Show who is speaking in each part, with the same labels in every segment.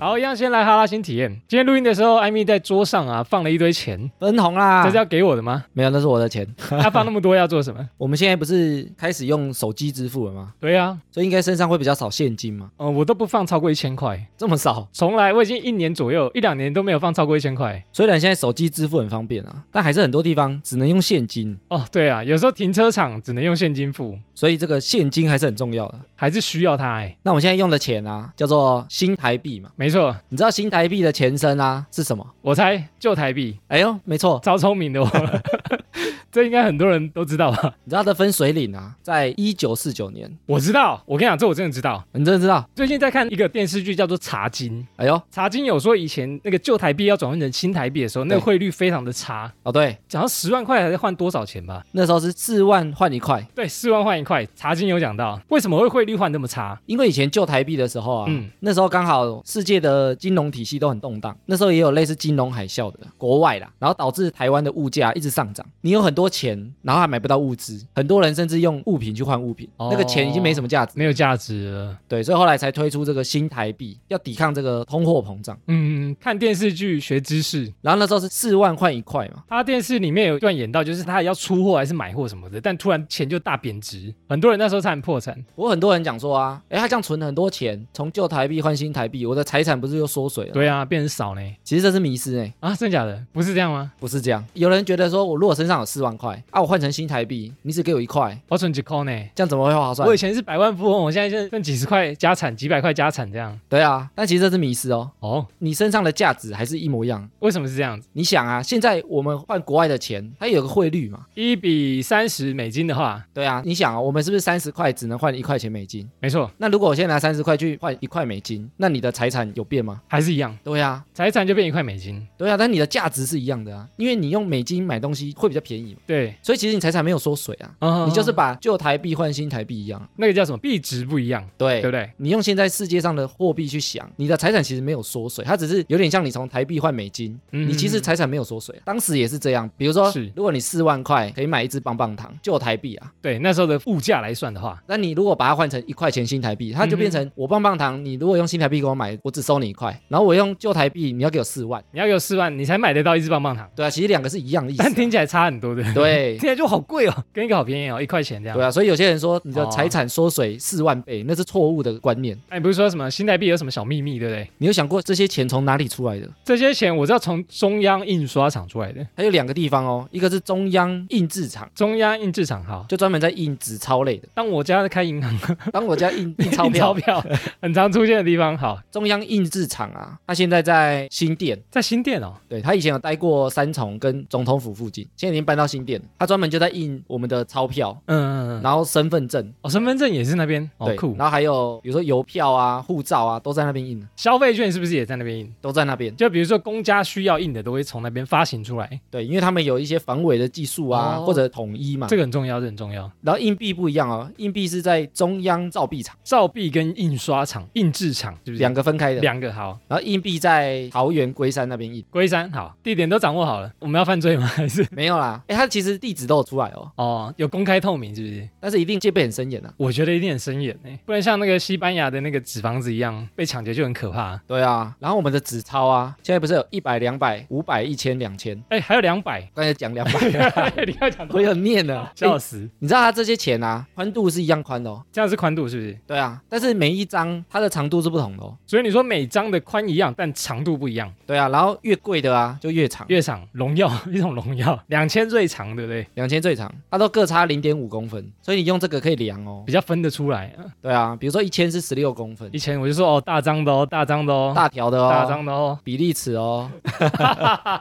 Speaker 1: 好，一样先来哈拉新体验。今天录音的时候，艾米在桌上啊放了一堆钱，
Speaker 2: 分红啦
Speaker 1: 这是，要给我的 吗？
Speaker 2: 没有，那是我的钱。
Speaker 1: 他放那么多要做什么？
Speaker 2: 我们现在不是开始用手机支付了吗？
Speaker 1: 对啊，
Speaker 2: 所以应该身上会比较少现金嘛？
Speaker 1: 呃，我都不放超过一千块，
Speaker 2: 这么少，
Speaker 1: 从来我已经一年左右一两年都没有放超过一千块。
Speaker 2: 虽然现在手机支付很方便啊，但还是很多地方只能用现金，
Speaker 1: 哦，对啊，有时候停车场只能用现金付，
Speaker 2: 所以这个现金还是很重要的。
Speaker 1: 还是需要它哎。
Speaker 2: 那我们现在用的钱啊，叫做新台币嘛。
Speaker 1: 没错，
Speaker 2: 你知道新台币的前身啊是什么？
Speaker 1: 我猜旧台币，
Speaker 2: 哎呦，没错，
Speaker 1: 超聪明的我， 这应该很多人都知道吧？
Speaker 2: 你知道它的分水岭啊，在一九四九年，
Speaker 1: 我知道，我跟你讲，这我真的知道。
Speaker 2: 你真的知道？
Speaker 1: 最近在看一个电视剧，叫做《茶金》。
Speaker 2: 哎呦，
Speaker 1: 茶金有说以前那个旧台币要转换成新台币的时候，那个
Speaker 2: 对
Speaker 1: 汇率非常的差，
Speaker 2: 哦对，
Speaker 1: 讲到十万块还在换多少钱吧？
Speaker 2: 那时候是四万换一块，
Speaker 1: 对，四万换一块。茶金有讲到为什么会汇率换那么差？
Speaker 2: 因为以前旧台币的时候啊，
Speaker 1: 嗯
Speaker 2: 那时候刚好世界的金融体系都很动荡，那时候也有类似金融海啸的国外啦，然后导致台湾的物价一直上涨。你有很多钱，然后还买不到物资，很多人甚至用物品去换物品，
Speaker 1: 哦
Speaker 2: 那个钱已经没什么价值。
Speaker 1: 没有价值了。
Speaker 2: 对，所以后来才推出这个新台币，要抵抗这个通货膨胀。
Speaker 1: 嗯，看电视剧学知识。
Speaker 2: 然后那时候是四万换一块嘛，
Speaker 1: 他电视里面有一段演到，就是他要出货还是买货什么的，但突然钱就大贬值，很多人那时候差点破产。
Speaker 2: 不过很多人讲说啊，哎，他这样存了很多钱，从旧台币换新台币，我的财产不是又缩水了？
Speaker 1: 对啊，变成少呢。
Speaker 2: 其实这是迷失哎、
Speaker 1: 啊，真假的？不是这样吗？
Speaker 2: 不是这样。有人觉得说，我如果身上有四万块啊，我换成新台币，你只给我一块，
Speaker 1: 我存几块呢？
Speaker 2: 这样怎么会划算
Speaker 1: 我以？前是百万富翁，我现在就剩几十块家产、几百块家产这样。
Speaker 2: 对啊，但其实这是迷失哦，
Speaker 1: 哦，
Speaker 2: 你身上的价值还是一模一样。
Speaker 1: 为什么是这样子？
Speaker 2: 你想啊，现在我们换国外的钱，它有个汇率嘛？
Speaker 1: 一比三十美金的话，
Speaker 2: 对啊，你想啊，我们是不是三十块只能换一块钱美金？
Speaker 1: 没错，
Speaker 2: 那如果我现在拿三十块去换一块美金，那你的财产有变吗？
Speaker 1: 还是一样，
Speaker 2: 对啊，
Speaker 1: 财产就变一块美金。
Speaker 2: 对啊，但你的价值是一样的啊，因为你用美金买东西会比较便宜嘛，
Speaker 1: 对，
Speaker 2: 所以其实你财产没有缩水啊，
Speaker 1: 啊
Speaker 2: 你就是把旧台币换新台币一样。
Speaker 1: 那个叫什么币值不一样，
Speaker 2: 对
Speaker 1: 对不对？
Speaker 2: 你用现在世界上的货币去想，你的财产其实没有缩水，它只是有点像你从台币换美金，
Speaker 1: 嗯
Speaker 2: 你其实财产没有缩水。当时也是这样，比如说
Speaker 1: 是，
Speaker 2: 如果你四万块可以买一支棒棒糖，就有台币啊。
Speaker 1: 对那时候的物价来算的话，
Speaker 2: 那你如果把它换成一块钱新台币，它就变成我棒棒糖，你如果用新台币给我买，我只收你一块，然后我用旧台币，你要给我四万。
Speaker 1: 你要有四万，你才买得到一支棒棒糖，
Speaker 2: 对啊，其实两个是一样的意思
Speaker 1: 但
Speaker 2: 啊。
Speaker 1: 听起来差很多的。对，
Speaker 2: 对
Speaker 1: 听起来就好贵哦，跟一个好便宜哦，一块钱这样。
Speaker 2: 对啊，所以有些人说你的
Speaker 1: 哦
Speaker 2: 财产缩水四万倍，那是错误的观念。
Speaker 1: 哎，你不是说什么新台币有什么小秘密，对不对？
Speaker 2: 你有想过这些钱从哪里出来的？
Speaker 1: 这些钱我知道从中央印刷厂出来的，
Speaker 2: 它有两个地方哦，一个是中央印制厂。
Speaker 1: 中央印制厂好。
Speaker 2: 就专门在印纸钞类的。
Speaker 1: 当我家开银行
Speaker 2: 当我家 印印钞
Speaker 1: 印
Speaker 2: 票，
Speaker 1: 钞票很常出现的地方，好，
Speaker 2: 中央印制厂啊，它现在在新店。
Speaker 1: 在新店哦，
Speaker 2: 对，它以前有待过三重跟总统府附近，现在已经搬到新店了。它专门就在印我们的钞票，
Speaker 1: 嗯嗯嗯，
Speaker 2: 然后身份证，
Speaker 1: 哦，身份证也是那边，哦
Speaker 2: 对，
Speaker 1: 酷，
Speaker 2: 然后还有比如说邮票啊、护照啊，都在那边印，
Speaker 1: 消费券是不是也在那边印？
Speaker 2: 都在那边。
Speaker 1: 就比如说公家需要印的，都会从那边发行出来，
Speaker 2: 对，因为他们有一些防伪的技术啊，
Speaker 1: 哦
Speaker 2: 或者统一嘛
Speaker 1: 这。个很重要，这很重要。
Speaker 2: 然后硬币不一样哦，硬币是在中央造币厂，
Speaker 1: 造币跟印刷厂、印制厂是不是
Speaker 2: 两个分开的。
Speaker 1: 两个好？
Speaker 2: 然后硬币在桃园龟山那边印，
Speaker 1: 龟山好，地点都掌握好了， 我们要犯罪吗？还是
Speaker 2: 没有啦。哎，它其实地址都有出来哦，
Speaker 1: 哦有公开透明是不是？
Speaker 2: 但是一定戒备很森严啊。
Speaker 1: 我觉得一定很森严哎、不能像那个西班牙的那个纸房子一样被抢劫就很可怕。
Speaker 2: 对啊，然后我们的纸钞啊，现在不是有一百、两百、五百、一千、两千，，
Speaker 1: 哎、还有两百
Speaker 2: 刚才讲两百，
Speaker 1: 你要讲
Speaker 2: 我有念的。
Speaker 1: 笑
Speaker 2: 欸
Speaker 1: 死，
Speaker 2: 你知道它这些钱啊，宽度是一样宽的哦。
Speaker 1: 这样是宽度是不是？
Speaker 2: 对啊，但是每一张它的长度是不同的哦。
Speaker 1: 所以你说每张的宽一样，但长度不一样。
Speaker 2: 对啊，然后越贵的啊就越长，
Speaker 1: 越长，荣耀 一种荣耀，两千最长，对不对？
Speaker 2: 两千最长，它都各差零点五公分，所以你用这个可以量哦。
Speaker 1: 比较分得出来。啊
Speaker 2: 对啊，比如说一千是十六公分
Speaker 1: 以，前我就说哦，大张的哦，大张的哦，
Speaker 2: 大条的哦，
Speaker 1: 大张的哦，
Speaker 2: 比例尺哦。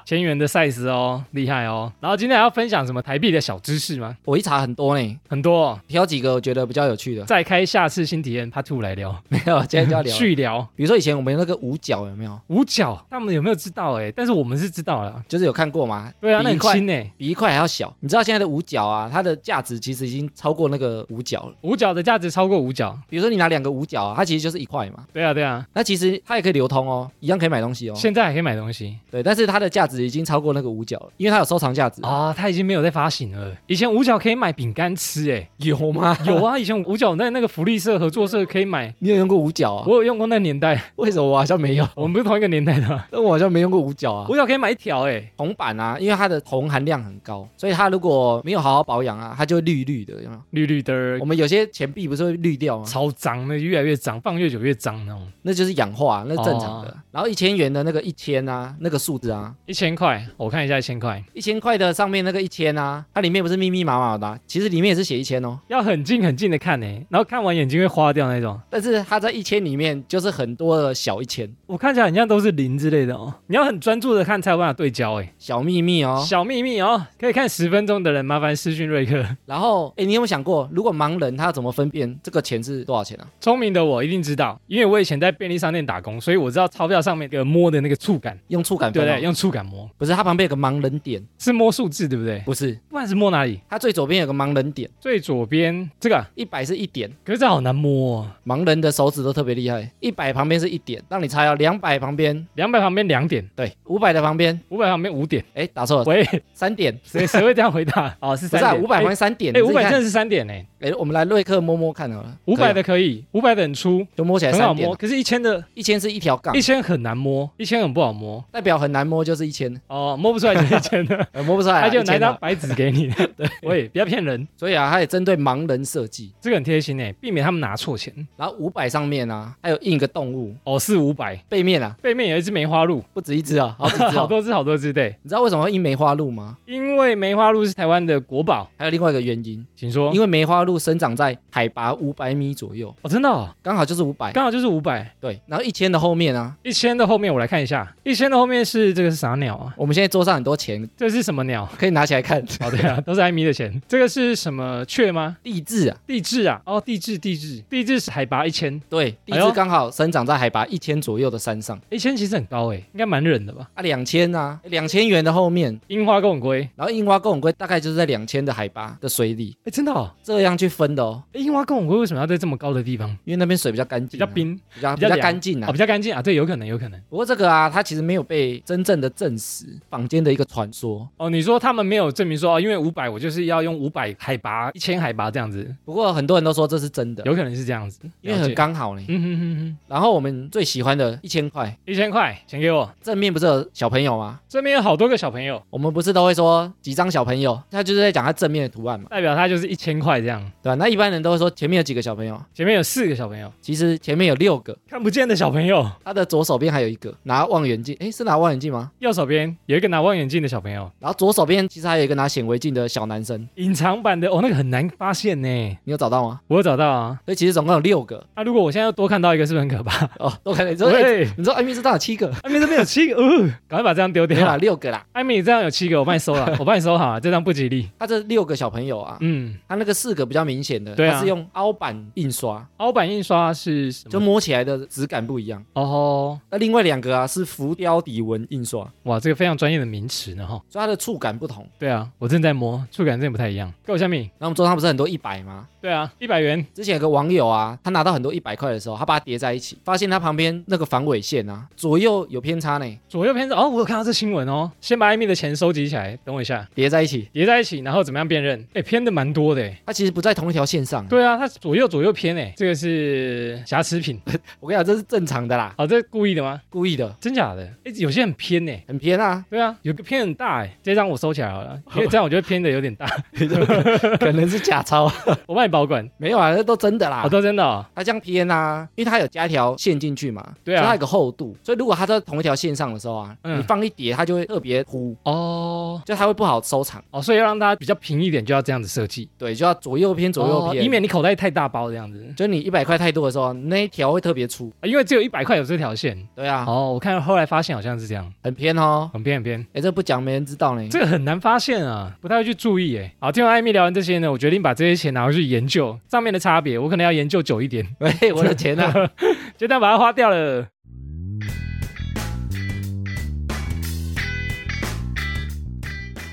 Speaker 1: 千元的 size 哦，厉害哦。然后今天还要分享什么台币的小知识吗？
Speaker 2: 我一查很多呢，
Speaker 1: 很多、哦，
Speaker 2: 挑几个我觉得比较有趣的，
Speaker 1: 再开下次新体验 Part Two 来聊，
Speaker 2: 没有，今天就要聊了。
Speaker 1: 续聊
Speaker 2: 比如说以前我们有那个五角有没有？
Speaker 1: 五角，他们有没有知道、欸？哎，但是我们是知道了。
Speaker 2: 就是有看过吗？
Speaker 1: 对啊，
Speaker 2: 比
Speaker 1: 那
Speaker 2: 一
Speaker 1: 很
Speaker 2: 块
Speaker 1: 轻哎、
Speaker 2: 比一块还要小。你知道现在的五角啊，它的价值其实已经超过那个五角了。
Speaker 1: 五角的价值超过五角，
Speaker 2: 比如说你拿两个五角啊，它其实就是一块嘛。
Speaker 1: 对啊对啊，
Speaker 2: 那其实它也可以流通哦，一样可以买东西哦。
Speaker 1: 现在还可以买东西
Speaker 2: 对，但是它的价值已经超过那个五角了，因为它有收藏价值。
Speaker 1: 啊、它已经没有在发行了。以前五角可以买饼干吃、欸，
Speaker 2: 有吗？
Speaker 1: 有啊，以前五角在那个福利社合作社可以买，
Speaker 2: 你有用过五角啊？
Speaker 1: 我有用过那年代，
Speaker 2: 为什么我好像没有？
Speaker 1: 我们不是同一个年代的吗，
Speaker 2: 但我好像没用过五角啊。
Speaker 1: 五角可以买一条、欸，
Speaker 2: 铜板啊，因为它的铜含量很高，所以它如果没有好好保养啊，它就会绿绿的，有没有？
Speaker 1: 绿绿的
Speaker 2: 我，们有些钱币不是会绿掉吗？
Speaker 1: 超脏，那越来越脏，放越久越脏那种。
Speaker 2: 那就是氧化，啊那正常的。然后一千元的那个一千啊，那个数字啊，
Speaker 1: 一千块，我看一下一千块，
Speaker 2: 一千块的上面那个一千啊，它里面不是密密麻麻的啊、其实里面也是写一千哦。
Speaker 1: 要很近很近的看呢、然后看完眼睛会花掉那种。
Speaker 2: 但是它在一千里面就是很多的小一千、
Speaker 1: 我看起来很像都是零之类的哦，你要很专注的看才有办法对焦哎、
Speaker 2: 小秘密哦。
Speaker 1: 小秘密哦，可以看十分钟的人，麻烦私讯瑞克。
Speaker 2: 然后，哎，你有没有想过，如果盲人他要怎么分辨这个钱是多少钱啊？
Speaker 1: 聪明的我一定知道，因为我以前在便利商店打工，所以我知道钞票上面那个摸的那个触感，
Speaker 2: 用触感
Speaker 1: 对
Speaker 2: 分、
Speaker 1: 不
Speaker 2: 哦？
Speaker 1: 对？用触感摸，
Speaker 2: 不是，它旁边有个盲人点，
Speaker 1: 是摸数字对不对？
Speaker 2: 不是，
Speaker 1: 不管是摸哪里，
Speaker 2: 它最左边有个盲人点，
Speaker 1: 最左边这个啊，
Speaker 2: 一百是一点。
Speaker 1: 可是这好难摸、哦。
Speaker 2: 盲人的手指都特别厉害，一百旁边是一点，让你猜哦，两百旁边
Speaker 1: 两百旁边两点，
Speaker 2: 对，五百的旁边，
Speaker 1: 五百旁边五点。
Speaker 2: 哎，打错了，
Speaker 1: 喂，
Speaker 2: 三点，
Speaker 1: 谁谁会这样回答？ 哦，是
Speaker 2: 不
Speaker 1: 三
Speaker 2: 是
Speaker 1: 点。
Speaker 2: 啊，五百旁边三点，
Speaker 1: 哎，
Speaker 2: 你
Speaker 1: 五
Speaker 2: 自己
Speaker 1: 百
Speaker 2: 看
Speaker 1: 真的是三点呢、
Speaker 2: 哎，我们来瑞克摸摸看好了，
Speaker 1: 五
Speaker 2: 可以
Speaker 1: 百
Speaker 2: 啊
Speaker 1: 的可以，五百的很粗，
Speaker 2: 就摸起来
Speaker 1: 很好
Speaker 2: 三点
Speaker 1: 摸。，可是，一千的，
Speaker 2: 一千是一条杠
Speaker 1: 一，千很难摸，一千很不好摸。
Speaker 2: 代表很难摸，就是一千，
Speaker 1: 哦，摸不出来就是一 千的，
Speaker 2: 呃，摸不出来啊，
Speaker 1: 他就拿
Speaker 2: 一
Speaker 1: 一
Speaker 2: 千
Speaker 1: 张
Speaker 2: 啊。
Speaker 1: 白纸给 你。对，喂，不要骗人，
Speaker 2: 所以啊，它也针对盲人设计。
Speaker 1: 这个很贴心哎，避免他们拿错钱。
Speaker 2: 然后五百上面啊，还有印一个动物，
Speaker 1: 哦，是五百，
Speaker 2: 背面啊
Speaker 1: 背面有一只梅花鹿，
Speaker 2: 不止一 只啊，好几只
Speaker 1: 好
Speaker 2: 哦。
Speaker 1: 多只好多只，对，
Speaker 2: 你知道为什么会印梅花鹿吗？
Speaker 1: 因为梅花鹿是台湾的国宝，
Speaker 2: 还有另外一个原因，
Speaker 1: 请说
Speaker 2: 因。为梅花鹿生长在海拔五百米左右，
Speaker 1: 哦，真的、哦，
Speaker 2: 刚好就是五百。
Speaker 1: 刚好就是五百，
Speaker 2: 对，然后一千的后面啊，
Speaker 1: 一千的后面我来看一下，一千的后面是这个是啥鸟啊？
Speaker 2: 我们现在桌上很多钱
Speaker 1: 这是什么鸟？
Speaker 2: 可以拿起来看，
Speaker 1: 哦，对 啊，都是艾米的钱。这个是什么雀吗？
Speaker 2: 地质啊，
Speaker 1: 地质啊，哦，地质，地质，地质是海拔一千，
Speaker 2: 对，地
Speaker 1: 哎呦
Speaker 2: 质刚好生长在海拔一千左右的山上
Speaker 1: 一千其实很高诶，应该蛮冷的吧？
Speaker 2: 啊，两千啊，两千元的后面，
Speaker 1: 樱花公龟，
Speaker 2: 然后樱花公龟大概就是在两千的海拔欸的水里
Speaker 1: 哎，真的哦，
Speaker 2: 这样去分的哦，
Speaker 1: 诶欸樱花公龟为什么要在这么高的地方？
Speaker 2: 因为那边水比较干
Speaker 1: 比
Speaker 2: 净、啊
Speaker 1: 较，冰
Speaker 2: 比
Speaker 1: 比
Speaker 2: 较比
Speaker 1: 较
Speaker 2: 较
Speaker 1: 凉
Speaker 2: 干净
Speaker 1: 啊、
Speaker 2: 啊
Speaker 1: 比。较干净啊，对，有可能，有可能。
Speaker 2: 不过这个啊，它其实没有被真正的证实，坊间的一个传说。
Speaker 1: 哦，你说他们没有证明说，哦，因为五百，我就是要用五百海拔、一千海拔这样子，
Speaker 2: 不过很多人都说这是真的，
Speaker 1: 有可能是这样子，
Speaker 2: 因为
Speaker 1: 了
Speaker 2: 很
Speaker 1: 解。
Speaker 2: 刚好呢。
Speaker 1: 嗯哼哼哼，
Speaker 2: 然后我们最喜欢的一千块，
Speaker 1: 一千块钱给我，
Speaker 2: 正面不是有小朋友吗？
Speaker 1: 这边有好多个小朋友，
Speaker 2: 我们不是都会说几张小朋友，他就是在讲他正面的图案嘛，
Speaker 1: 代表他就是一千块这样。
Speaker 2: 对吧、那一般人都会说前面有几个小朋友，
Speaker 1: 前面有四个小朋友，
Speaker 2: 其实前面有六个，
Speaker 1: 看不见的小朋友，
Speaker 2: 他的左手边还有一个拿望远镜，诶，是拿望远镜吗？
Speaker 1: 右手边有一个拿望远镜的小朋友，
Speaker 2: 然后左手边其实还有一个拿显微镜的小男生，
Speaker 1: 隐藏版的哦，那个很难发现呢。
Speaker 2: 你有找到吗？
Speaker 1: 我有找到啊，
Speaker 2: 所以其实总共有六个
Speaker 1: 那、如果我现在又多看到一个，是不是很可怕？
Speaker 2: 哦，都可能。你说，诶
Speaker 1: 对，
Speaker 2: 你说艾米是到底七个？
Speaker 1: 艾米这边有七个，呃，赶快把这张丢
Speaker 2: 没有
Speaker 1: 掉。
Speaker 2: 啦，六个啦。
Speaker 1: 艾米，你这样有七个，我帮你收 了，我帮你收好了，这张不吉利。
Speaker 2: 他这六个小朋友啊，
Speaker 1: 嗯，
Speaker 2: 他那个四个比较明显的，
Speaker 1: 对啊
Speaker 2: 他是用凹版印刷，
Speaker 1: 凹版印刷是什么
Speaker 2: 就摸起来的质感不一样。
Speaker 1: 哦，
Speaker 2: 那另外两个啊是浮雕底纹印刷，
Speaker 1: 哇，这个非常专业的名词呢哈。
Speaker 2: 所以它的触感不同。
Speaker 1: 对啊，我正在摸，触感真的不太一样。给我下面，
Speaker 2: 那我们桌上不是很多一百吗？
Speaker 1: 对啊，一百元，
Speaker 2: 之前有个网友啊，他拿到很多一百块的时候，他把它叠在一起，发现它旁边那个防伪线啊，左右有偏差呢，
Speaker 1: 左右偏差哦，我有看到这新闻哦。先把艾米的钱收集起来，等我一下，
Speaker 2: 叠在一起，
Speaker 1: 叠在一起，然后怎么样辨认？哎，偏的蛮多的哎。
Speaker 2: 它其实不在同一条线上。
Speaker 1: 对啊，它左右左右偏哎，这个是瑕疵品。
Speaker 2: 我跟你讲，这是正常的啦，
Speaker 1: 哦，这故意的吗？
Speaker 2: 故意的，
Speaker 1: 真假的？哎，有些很偏哎。，
Speaker 2: 很偏啊
Speaker 1: 对啊，有个偏很大哎，这张我收起来好了，因为这样我觉得偏的有点大，
Speaker 2: 可能是假钞，
Speaker 1: 我帮你保管。
Speaker 2: 没有啊，那都真的啦
Speaker 1: 好。的，真的哦，
Speaker 2: 它这样偏啊，因为它有加一条线进去嘛，
Speaker 1: 对啊
Speaker 2: 所以它有个厚度，所以如果它在同一条线上的时候啊，
Speaker 1: 嗯
Speaker 2: 你放一叠，它就会特别凸，
Speaker 1: 哦
Speaker 2: 就它会不好收藏，
Speaker 1: 哦，所以要让大家比较平一点，就要这样子设计，
Speaker 2: 对，就要左右偏左右
Speaker 1: 哦
Speaker 2: 偏，
Speaker 1: 以免你口袋太大包这样子。
Speaker 2: 就是你一百块太多的时候，啊那一条会特别粗，
Speaker 1: 啊因为只有一百块有这条线。
Speaker 2: 对啊，
Speaker 1: 哦，我看后来发现好像是这样，
Speaker 2: 很偏哦，
Speaker 1: 很偏很偏，
Speaker 2: 哎，这不讲没人知道呢。
Speaker 1: 这个很难发现啊，不太会去注意哎。好，听完艾米聊完这些呢，我决定把这些钱拿回去研究上面的差别，我可能要研究久一点，
Speaker 2: 喂，我的钱啊！
Speaker 1: 就当把它花掉了。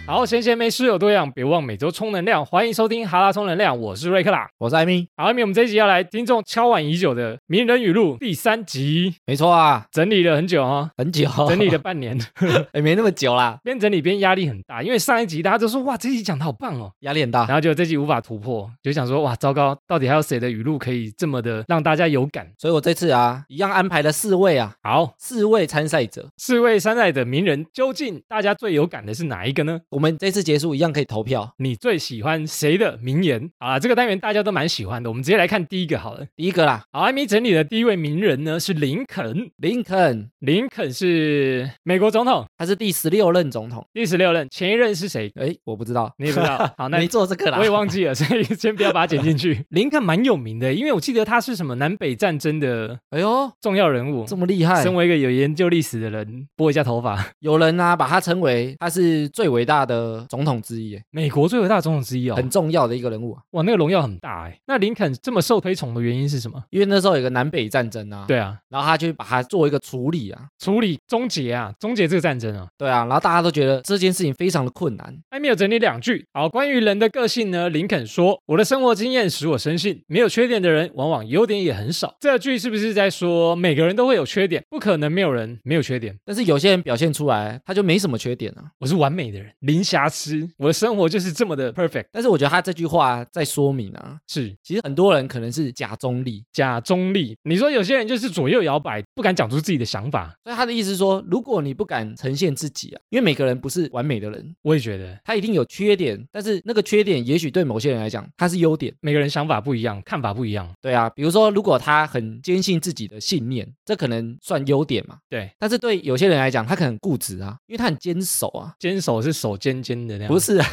Speaker 1: 好，闲闲没事有多样，别忘每周充能量。欢迎收听哈拉充能量，我是瑞克啦。
Speaker 2: 我是艾米，
Speaker 1: 好，后面我们这一集要来听众敲碗已久的名人语录第三集，
Speaker 2: 没错啊，
Speaker 1: 整理了很久哈、
Speaker 2: 很久，
Speaker 1: 整 理了半年，
Speaker 2: 也没那么久啦，
Speaker 1: 边整理边压力很大，因为上一集大家都说哇这一集讲的好棒哦，
Speaker 2: 压力很大，
Speaker 1: 然后就这集无法突破，就想说哇糟糕，到底还有谁的语录可以这么的让大家有感？
Speaker 2: 所以我这次啊，一样安排了四位啊，
Speaker 1: 好，
Speaker 2: 四位参赛者，
Speaker 1: 四位山寨的名人，究竟大家最有感的是哪一个呢？
Speaker 2: 我们这次结束一样可以投票。
Speaker 1: 你最喜欢谁的名言？好啦，这个单元大家都蛮喜欢的，我们直接来看第一个好了。
Speaker 2: 第一个啦，
Speaker 1: 好，艾米整理的第一位名人呢是林肯，
Speaker 2: 林肯，
Speaker 1: 林肯是美国总统
Speaker 2: 他是第十六任总统，
Speaker 1: 第十六任，前一任是谁？
Speaker 2: 哎，我不知道，
Speaker 1: 你也不知 道。好，那
Speaker 2: 没做这个啦，
Speaker 1: 我也忘记了，所以 先不要把它剪进去。 林肯蛮有名的，欸因为我记得他是什么南北战争的
Speaker 2: 哎呦，
Speaker 1: 重要人物。
Speaker 2: 这么厉害
Speaker 1: 身，为一个有研究历史的人，拨一下头发，
Speaker 2: 有人啊把他称为他是最伟大的总统之一耶，
Speaker 1: 美国最伟大的总统之一哦，
Speaker 2: 很重要的一个人物啊。
Speaker 1: 哇，那个荣耀很大哎。那林肯这么受推崇的原因是什么？
Speaker 2: 因为那时候有个南北战争啊，，
Speaker 1: 对啊，
Speaker 2: 然后他就把它做一个处理啊，
Speaker 1: 处理终结啊，终结这个战争啊。
Speaker 2: 对啊，然后大家都觉得这件事情非常的困难，
Speaker 1: 艾米有整理两句。好，关于人的个性呢，林肯说：“我的生活经验使我深信，没有缺点的人，往往优点也很少。”这句是不是在说每个人都会有缺点？不可能没有人没有缺点。
Speaker 2: 但是有些人表现出来他就没什么缺点啊。
Speaker 1: 我是完美的人，零瑕疵，我的生活就是这么的 perfect。
Speaker 2: 但是我觉得他这句话在说明啊，
Speaker 1: 是
Speaker 2: 其实很多人可能是假中立，
Speaker 1: 假中立。你说有些人就是左右摇摆，不敢讲出自己的想法。
Speaker 2: 所以他的意思是说，如果你不敢呈现自己啊，因为每个人不是完美的人，
Speaker 1: 我也觉得
Speaker 2: 他一定有缺点，但是那个缺点也许对某些人来讲他是优点，
Speaker 1: 每个人想法不一样，看法不一样。
Speaker 2: 对啊，比如说如果他很坚信自己的信念，这可能算优点嘛。
Speaker 1: 对，
Speaker 2: 但是对有些人来讲，他可能很固执啊，因为他很坚守啊，
Speaker 1: 坚守是手尖尖的那样，
Speaker 2: 不是、啊，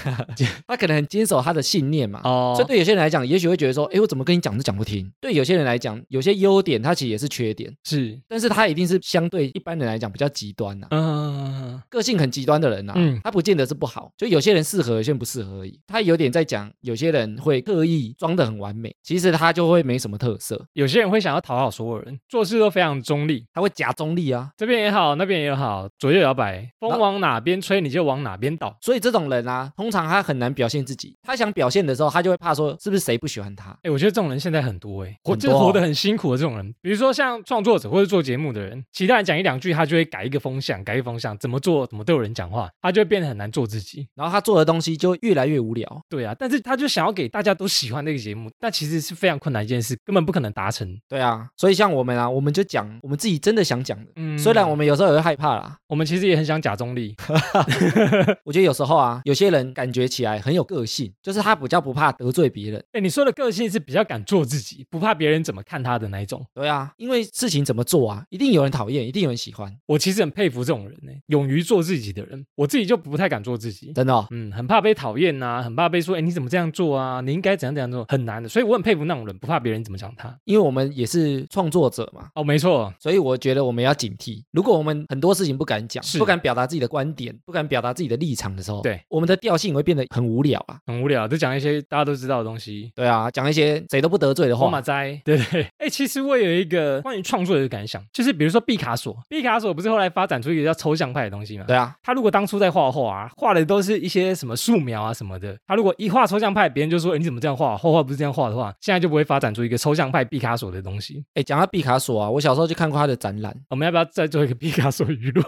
Speaker 2: 他可能很坚守他的信念嘛。
Speaker 1: 哦
Speaker 2: 所以对有些人来讲，也许会觉得说，哎，我怎么跟你讲都讲不听。对有些人来讲，有些优点它其实也是缺点，
Speaker 1: 是
Speaker 2: 但是它一定是相对一般人来讲比较极端呐、
Speaker 1: 嗯、呃
Speaker 2: 个性很极端的人呐、啊
Speaker 1: 嗯
Speaker 2: 他不见得是不好，就有些人适合，有些人不适合而已。他有点在讲，有些人会刻意装得很完美，其实他就会没什么特色，
Speaker 1: 有些人会想要讨好所有人，做事都非常中立，
Speaker 2: 他会假中立啊。
Speaker 1: 这边也好，那边也好，左右摇摆，风往哪边吹你就往哪边倒。
Speaker 2: 所以这种人啊，通常他很难表现自己。他想表现的时候，他就会怕说是不是谁不喜欢他。
Speaker 1: 哎，我觉得这种人现在很多哎，活
Speaker 2: 很多啊
Speaker 1: 就是活得很辛苦的这种人，比如说像创作者或者做节目的人，其他人讲一两句，他就会改一个风向，改一个风向，怎么做怎么都有人讲话，他就会变得很难做自己。
Speaker 2: 然后他做的东西就越来越无聊，
Speaker 1: 对啊，但是他就想要给大家都喜欢这个节目，但其实是非常困难一件事，根本不可能达成。
Speaker 2: 对啊，所以像我们啊，我们就讲我们自己真的想讲的，
Speaker 1: 嗯
Speaker 2: 虽然我们有时候也会害怕啦，
Speaker 1: 我们其实也很想假中立，
Speaker 2: 我觉得有时候啊，有些人感觉起来很有个性，就是他比较不怕得罪别人。
Speaker 1: 哎，你说的个性是比较敢做自己，不怕别人怎么看他的那一种。
Speaker 2: 对啊，因为事情怎么做啊，一定有人讨厌，一定有人喜欢，
Speaker 1: 我其实很佩服这种人呢、勇于做自己的人。我自己就不太敢做自己，
Speaker 2: 真的、哦。
Speaker 1: 嗯，很怕被讨厌呐、很怕被说，哎，你怎么这样做啊？你应该怎样怎样做，很难的。所以我很佩服那种人，不怕别人怎么讲他。
Speaker 2: 因为我们也是创作者嘛，
Speaker 1: 哦，没错，
Speaker 2: 所以我觉得我们要警惕。如果我们很多事情不敢讲，
Speaker 1: 是
Speaker 2: 不敢表达自己的观点，不敢表达自己的立场的时候，
Speaker 1: 对
Speaker 2: 我们的调性会变得很无聊啊。
Speaker 1: 很无聊，就讲一些大家都知道的东西。
Speaker 2: 对啊，讲一些谁都不得罪的
Speaker 1: 黄马
Speaker 2: 话，
Speaker 1: 灾，对不对？ 哎，其实我有一个关于创作的感想，就是比如说毕卡索，毕卡索不是后来发展出一个叫抽象派的东西吗？
Speaker 2: 对啊，
Speaker 1: 他如果当初在画画啊，画的都是一些什么素描啊什么的，他如果一画抽象派，别人就说诶你怎么这样画？画画不是这样画的话，现在就不会发展出一个抽象派毕卡索的东西。
Speaker 2: 哎，讲到毕卡索啊，我小时候就看过他的展览，
Speaker 1: 我们要不要再做一个毕卡索语录？，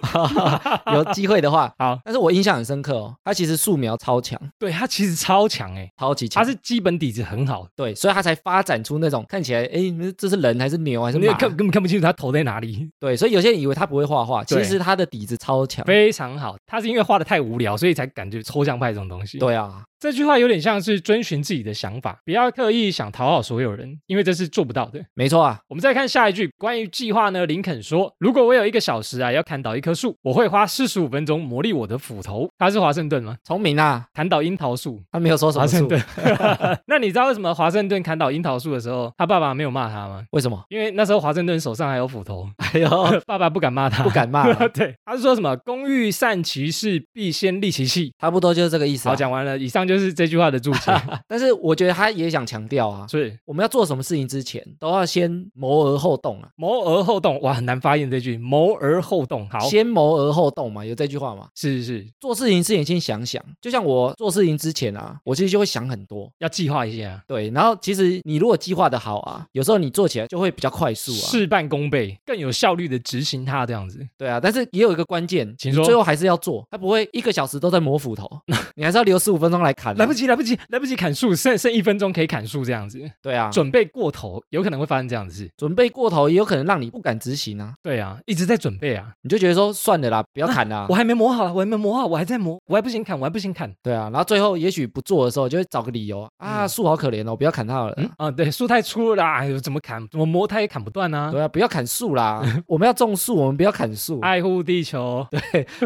Speaker 2: 有机会的话
Speaker 1: 好，
Speaker 2: 但是我印象很深刻哦，他其实素描超强，
Speaker 1: 对他其实超强诶，
Speaker 2: 超级强，
Speaker 1: 他是基本底子很好，
Speaker 2: 对，所以他才发展出那种看起来，哎，这是人还是牛还是
Speaker 1: 你也
Speaker 2: 马？
Speaker 1: 看根本看不清楚他头在哪里，
Speaker 2: 对，所以有些人以为他不会画画，其
Speaker 1: 对
Speaker 2: 实他的底子超强。
Speaker 1: 非常好。他是因为画的太无聊，所以才感觉抽象派这种东西。，
Speaker 2: 对啊，
Speaker 1: 这句话有点像是遵循自己的想法，不要刻意想讨好所有人，因为这是做不到的。
Speaker 2: 没错啊，
Speaker 1: 我们再看下一句，关于计划呢，林肯说：“如果我有一个小时啊，要砍倒一棵树，我会花四十五分钟磨砺我的斧头。”他是华盛顿吗？
Speaker 2: 聪明啊，
Speaker 1: 砍倒樱桃树，
Speaker 2: 他没有说什
Speaker 1: 华
Speaker 2: 么
Speaker 1: 盛
Speaker 2: 树，
Speaker 1: 顿。 那你知道为什么华盛顿砍倒樱桃树的时候，他爸爸没有骂他吗？
Speaker 2: 为什么？
Speaker 1: 因为那时候华盛顿手上还有斧头，
Speaker 2: 哎呦，
Speaker 1: 爸爸不敢骂他。
Speaker 2: 不敢骂啊，
Speaker 1: 对，他是说什么“工欲善其事，必先利其器
Speaker 2: 差不多就是这个意”。思、
Speaker 1: 好，
Speaker 2: 啊。
Speaker 1: 讲完了，以上就就是这句话的注解，
Speaker 2: 但是我觉得他也想强调啊，
Speaker 1: 所以
Speaker 2: 我们要做什么事情之前，都要先谋而后动啊，
Speaker 1: 谋而后动，哇，很难发音这句，谋而后动，好，
Speaker 2: 先谋而后动嘛，有这句话嘛。
Speaker 1: 是是，
Speaker 2: 做事情之前先想想，就像我做事情之前啊，我其实就会想很多。
Speaker 1: 要计划一下，
Speaker 2: 对，然后其实你如果计划的好啊，有时候你做起来就会比较快速啊。，
Speaker 1: 事半功倍，更有效率的执行它，这样子，
Speaker 2: 对啊，但是也有一个关键，
Speaker 1: 请
Speaker 2: 你
Speaker 1: 说
Speaker 2: 最后还是要做，它不会一个小时都在磨 斧头，你还是要留十五分钟来砍、啊
Speaker 1: 来不
Speaker 2: 及。
Speaker 1: 及，来不及，来不及砍树，剩剩一分钟可以砍树，这样子，
Speaker 2: 对啊，准
Speaker 1: 准备过头，有可能会发生这样的事，
Speaker 2: 准备过头也有可能让你不敢执行啊，
Speaker 1: 对啊，一直在准备啊，
Speaker 2: 你就觉得说算了啦，不要砍啦、啊
Speaker 1: 我还没磨好，我还没磨好，我还在磨，我还不行砍，我还不行砍，
Speaker 2: 对啊，然后最后也许不做的时候，就会找个理由啊，
Speaker 1: 嗯
Speaker 2: 树好可怜哦，不要砍它好了啦。
Speaker 1: 嗯啊，对，树太粗了啦，哎呦，怎么砍，怎么磨它也砍不断啊，
Speaker 2: 对啊，不要砍树啦！ 我们要种树，我们不要砍树，
Speaker 1: 爱护地球，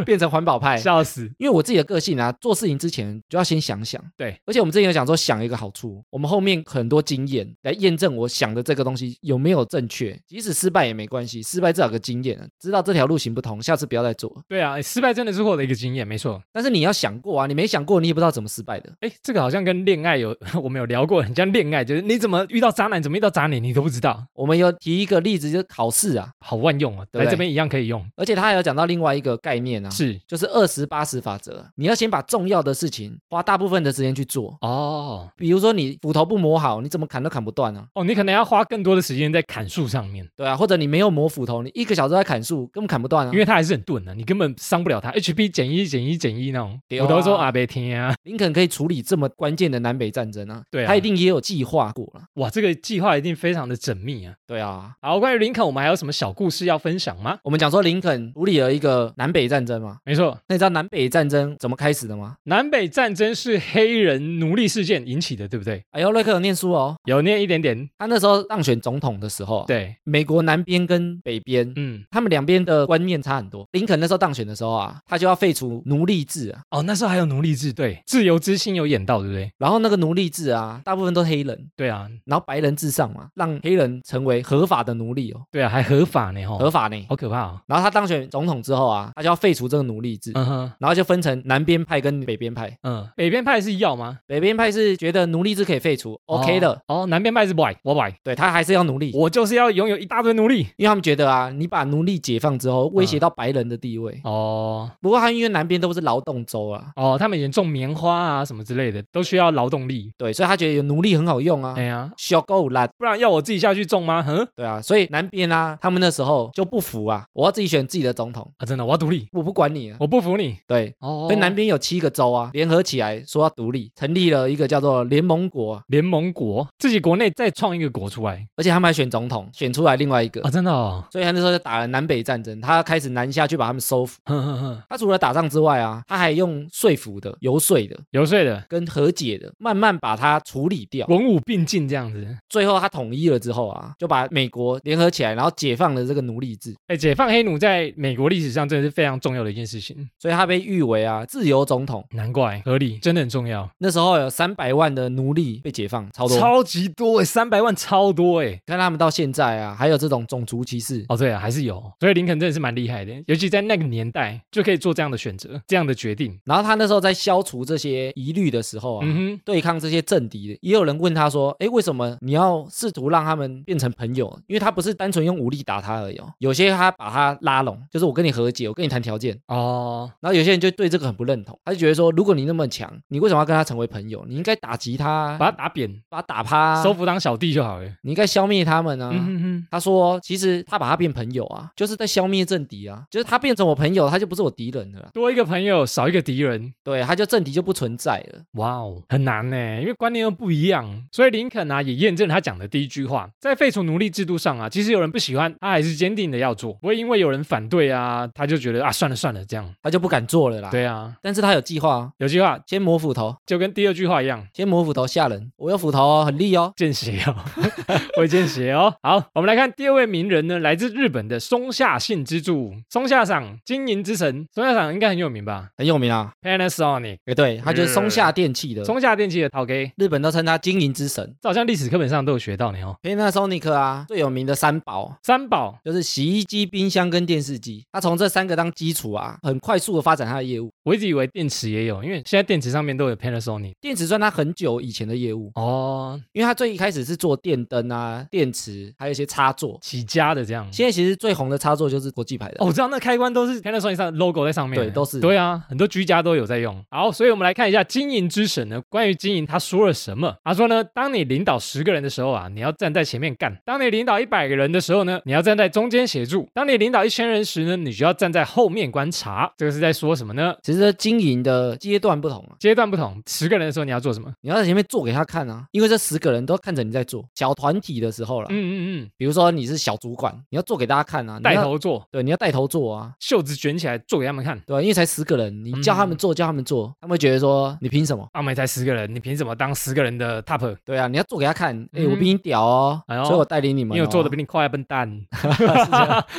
Speaker 2: 变成环保派。
Speaker 1: 哎笑死，
Speaker 2: 因为我自己的个性啊，做事情之前就要先想想。
Speaker 1: 对，
Speaker 2: 而且我们之前有讲说，想一个好处，我们后面很多经验来验证我想的这个东西有没有正确，即使失败也没关系，失败至少有个经验啊，知道这条路行不通，下次不要再做了。
Speaker 1: 对啊，哎失败真的是获得一个经验，没错，
Speaker 2: 但是你要想过啊，你没想过，你也不知道怎么失败的。
Speaker 1: 哎，这个好像跟恋爱有， 我们有聊过，很像恋爱，就是你怎么遇到渣男，怎么遇到渣女，你都不知道，
Speaker 2: 我们有提一个例子，就是考试啊，
Speaker 1: 好万用啊，
Speaker 2: 对不对
Speaker 1: 来这边一样可以用，
Speaker 2: 而且他还有讲到另外一个概念啊，
Speaker 1: 是
Speaker 2: 就是二十八十法则，你要先把重要的事情花大部分的时间去做。
Speaker 1: 哦
Speaker 2: 比如说你斧头不磨好，你怎么砍都砍不断啊，
Speaker 1: 哦，你可能要花更多的时间在砍树上面，
Speaker 2: 对啊，或者你没有磨斧头，你一个小时在砍树，根本砍不断啊。
Speaker 1: 因为它还是很钝的、你根本伤不了它，HP 减一减一减一那种，
Speaker 2: 对啊
Speaker 1: 我都说啊别听啊，
Speaker 2: 林肯可以处理这么关键的南北战争啊，
Speaker 1: 对啊
Speaker 2: 他一定也有计划过了。
Speaker 1: 哇，这个计划一定非常的缜密啊。
Speaker 2: 对啊，
Speaker 1: 好，关于林肯，我们还有什么小故事要分享吗？
Speaker 2: 我们讲说林肯处理了一个南北战争嘛，
Speaker 1: 没错，
Speaker 2: 那你知道南北战争怎么开始的吗？
Speaker 1: 南北战争是黑人奴隶事件引起的，对不对？
Speaker 2: 哎呦，瑞克有念书哦，
Speaker 1: 有念一点点，
Speaker 2: 他那时候当选总统的时候啊，
Speaker 1: 对，
Speaker 2: 美国南边跟北边。
Speaker 1: 嗯，
Speaker 2: 他们两边的观念差很多。林肯那时候当选的时候啊，他就要废除奴隶制啊，
Speaker 1: 哦，那时候还有奴隶制，对，自由之心有演到，对不对？
Speaker 2: 然后那个奴隶制啊，大部分都是黑人，
Speaker 1: 对啊，
Speaker 2: 然后白人至上嘛，让黑人成为合法的奴隶哦，
Speaker 1: 对啊，还合法呢，吼，
Speaker 2: 合法呢。
Speaker 1: 好可怕哦，
Speaker 2: 然后他当选总统之后啊，他就要废除这个奴隶制，
Speaker 1: 嗯哼，
Speaker 2: 然后就分成南边派跟北边派。
Speaker 1: 嗯，北边派是要吗
Speaker 2: 北边派是觉得奴隶制可以废除，OK 的，
Speaker 1: 哦，哦哦南边派是 why，我 why，
Speaker 2: 对他还是要奴隶，
Speaker 1: 我就是要拥有一大堆奴隶。
Speaker 2: 因为他们觉得啊，你把奴隶解放之后，威胁到白人的地位。
Speaker 1: 嗯哦
Speaker 2: 不过他因为南边都是劳动州啊，
Speaker 1: 哦，他们以前种棉花啊什么之类的，都需要劳动力。
Speaker 2: 对，所以他觉得有奴隶很好用啊
Speaker 1: 哎，呀，
Speaker 2: 小狗懒。
Speaker 1: 不然要我自己下去种吗？哼
Speaker 2: 对啊，所以南边啊，他们那时候就不服啊，我要自己选自己的总统，
Speaker 1: 啊，真的，我要独立，
Speaker 2: 我不管你啊。
Speaker 1: 我不服你。
Speaker 2: 对，
Speaker 1: 哦
Speaker 2: 所以南边有七个州啊，联合起来说要独立，成立了一个叫做联盟国啊，
Speaker 1: 联盟国自己国内再创一个国出来
Speaker 2: 而且他们还选总统，选出来另外一个
Speaker 1: 啊，，真的 哦，
Speaker 2: 所以他那时候就打了南北战争，他开始南下去把他们收服。
Speaker 1: 哼哼哼，
Speaker 2: 他除了打仗之外啊，他还用说服的、游说的、
Speaker 1: 游说的，
Speaker 2: 跟和解的，慢慢把它处理掉。
Speaker 1: 文武并进这样子。
Speaker 2: 最后他统一了之后啊，就把美国联合起来，然后解放了这个奴隶制，
Speaker 1: 哎，解放黑奴在美国历史上真的是非常重要的一件事情，
Speaker 2: 所以他被誉为啊自由总统。
Speaker 1: 难怪合理，真的很重要，
Speaker 2: 那时候有三百万的奴隶被解放，超多。
Speaker 1: 超级多哎，三百万超多哎。
Speaker 2: 看他们到现在啊，还有这种种族歧视。
Speaker 1: 哦，对啊，还是有，所以林肯真的是蛮厉害的，尤其在那个年代就可以做这样的选择，这样的决定。
Speaker 2: 然后他那时候在消除这些疑虑的时候啊，
Speaker 1: 嗯哼，
Speaker 2: 对抗这些政敌的，也有人问他说：“哎，为什么你要试图让他们变成朋友？因为他不是单纯用武力打他而已、哦，有些他把他拉拢，就是我跟你和解，我跟你谈条件。”
Speaker 1: 哦，
Speaker 2: 然后有些人就对这个很不认同，他就觉得说，如果你那么强，你为什么要跟他成为朋友？你应该打击他啊，
Speaker 1: 把他打扁，
Speaker 2: 把他打趴啊，
Speaker 1: 收服当小弟就好了。
Speaker 2: 你应该消灭他们啊。
Speaker 1: 嗯哼哼，
Speaker 2: 他说：“其实他把他变朋友啊，就是在消灭政敌啊，就是他变成我朋友，他就不是我敌人了啊、
Speaker 1: 多一个朋友少一个敌人，
Speaker 2: 对，他就政敌就不存在了。
Speaker 1: 哇哦，很难呢，因为观念又不一样。所以林肯啊，也验证了他讲的第一句话，在废除奴隶制度上啊，即使有人不喜欢，他还是坚定的要做，不会因为有人反对啊，他就觉得啊，算了算了这样。
Speaker 2: 他就不敢做了啦。，
Speaker 1: 对啊，
Speaker 2: 但是他有计划啊，
Speaker 1: 有句话
Speaker 2: 先磨斧头，
Speaker 1: 就跟第二句话一样。
Speaker 2: 先磨斧头吓人。我有斧头哦，很利哦。
Speaker 1: 见血哦， 会见血哦。好，我们来看第二位名人呢，来自日本的松下幸之助，松下赏经营之神，松下赏应该很有名吧
Speaker 2: 很有名啊。
Speaker 1: ？Panasonic，
Speaker 2: 哎，对，他就是松下电器的，
Speaker 1: 松下电器的陶 K，
Speaker 2: 日本都称他经营之神。
Speaker 1: 这好像历史课本上都有学到呢哦。
Speaker 2: Panasonic 啊，最有名的三宝
Speaker 1: 三宝
Speaker 2: 就是洗衣机、冰箱跟电视机。他从这三个当基础啊，很快速的发展他的业务。
Speaker 1: 我一直以为电池也有，因为现在电池上面 Nintendo 有 Panasonic。
Speaker 2: 电子算它很久以前的业务，
Speaker 1: 哦，
Speaker 2: 因为它最一开始是做电灯啊、电池，还有一些插座。
Speaker 1: 起家的这样。
Speaker 2: 现在其实最红的插座就是国际牌的。
Speaker 1: 哦，我知道那开关都是 Panasonic 上的 logo 在上面，
Speaker 2: 对都是
Speaker 1: 对啊，很多居家都有在用。好，所以我们来看一下经营之神呢，关于经营他说了什么？他说呢，当你领导十个人的时候啊，你要站在前面干；当你领导一百个人的时候呢，你要站在中间协助；当你领导一千人时呢，你就要站在后面观察。这个是在说什么呢？
Speaker 2: 其实经营的阶段不同啊，
Speaker 1: 阶段不同，十个人的时候你要做什么？
Speaker 2: 你要在前面做给他看啊，因为这十个人都看着你在做。小团体的时候啦，
Speaker 1: 嗯嗯嗯，
Speaker 2: 比如说你是小主管，你要做给大家看啊啊，你
Speaker 1: 带
Speaker 2: 要
Speaker 1: 头做，
Speaker 2: 对，你要带头做啊，
Speaker 1: 袖子卷起来做给他们看。
Speaker 2: 对吧？因为才十个人，你叫他
Speaker 1: 嗯
Speaker 2: 们做，叫他们做，他们会觉得说你凭什么？
Speaker 1: 啊，我们也才十个人，你凭什么当十个人的 top？
Speaker 2: 对啊，你要做给他看，哎、我
Speaker 1: 嗯
Speaker 2: 比你屌哦，
Speaker 1: 哎呦
Speaker 2: 所以我带领你们、哦，
Speaker 1: 因为我做的比你快啊，笨 蛋！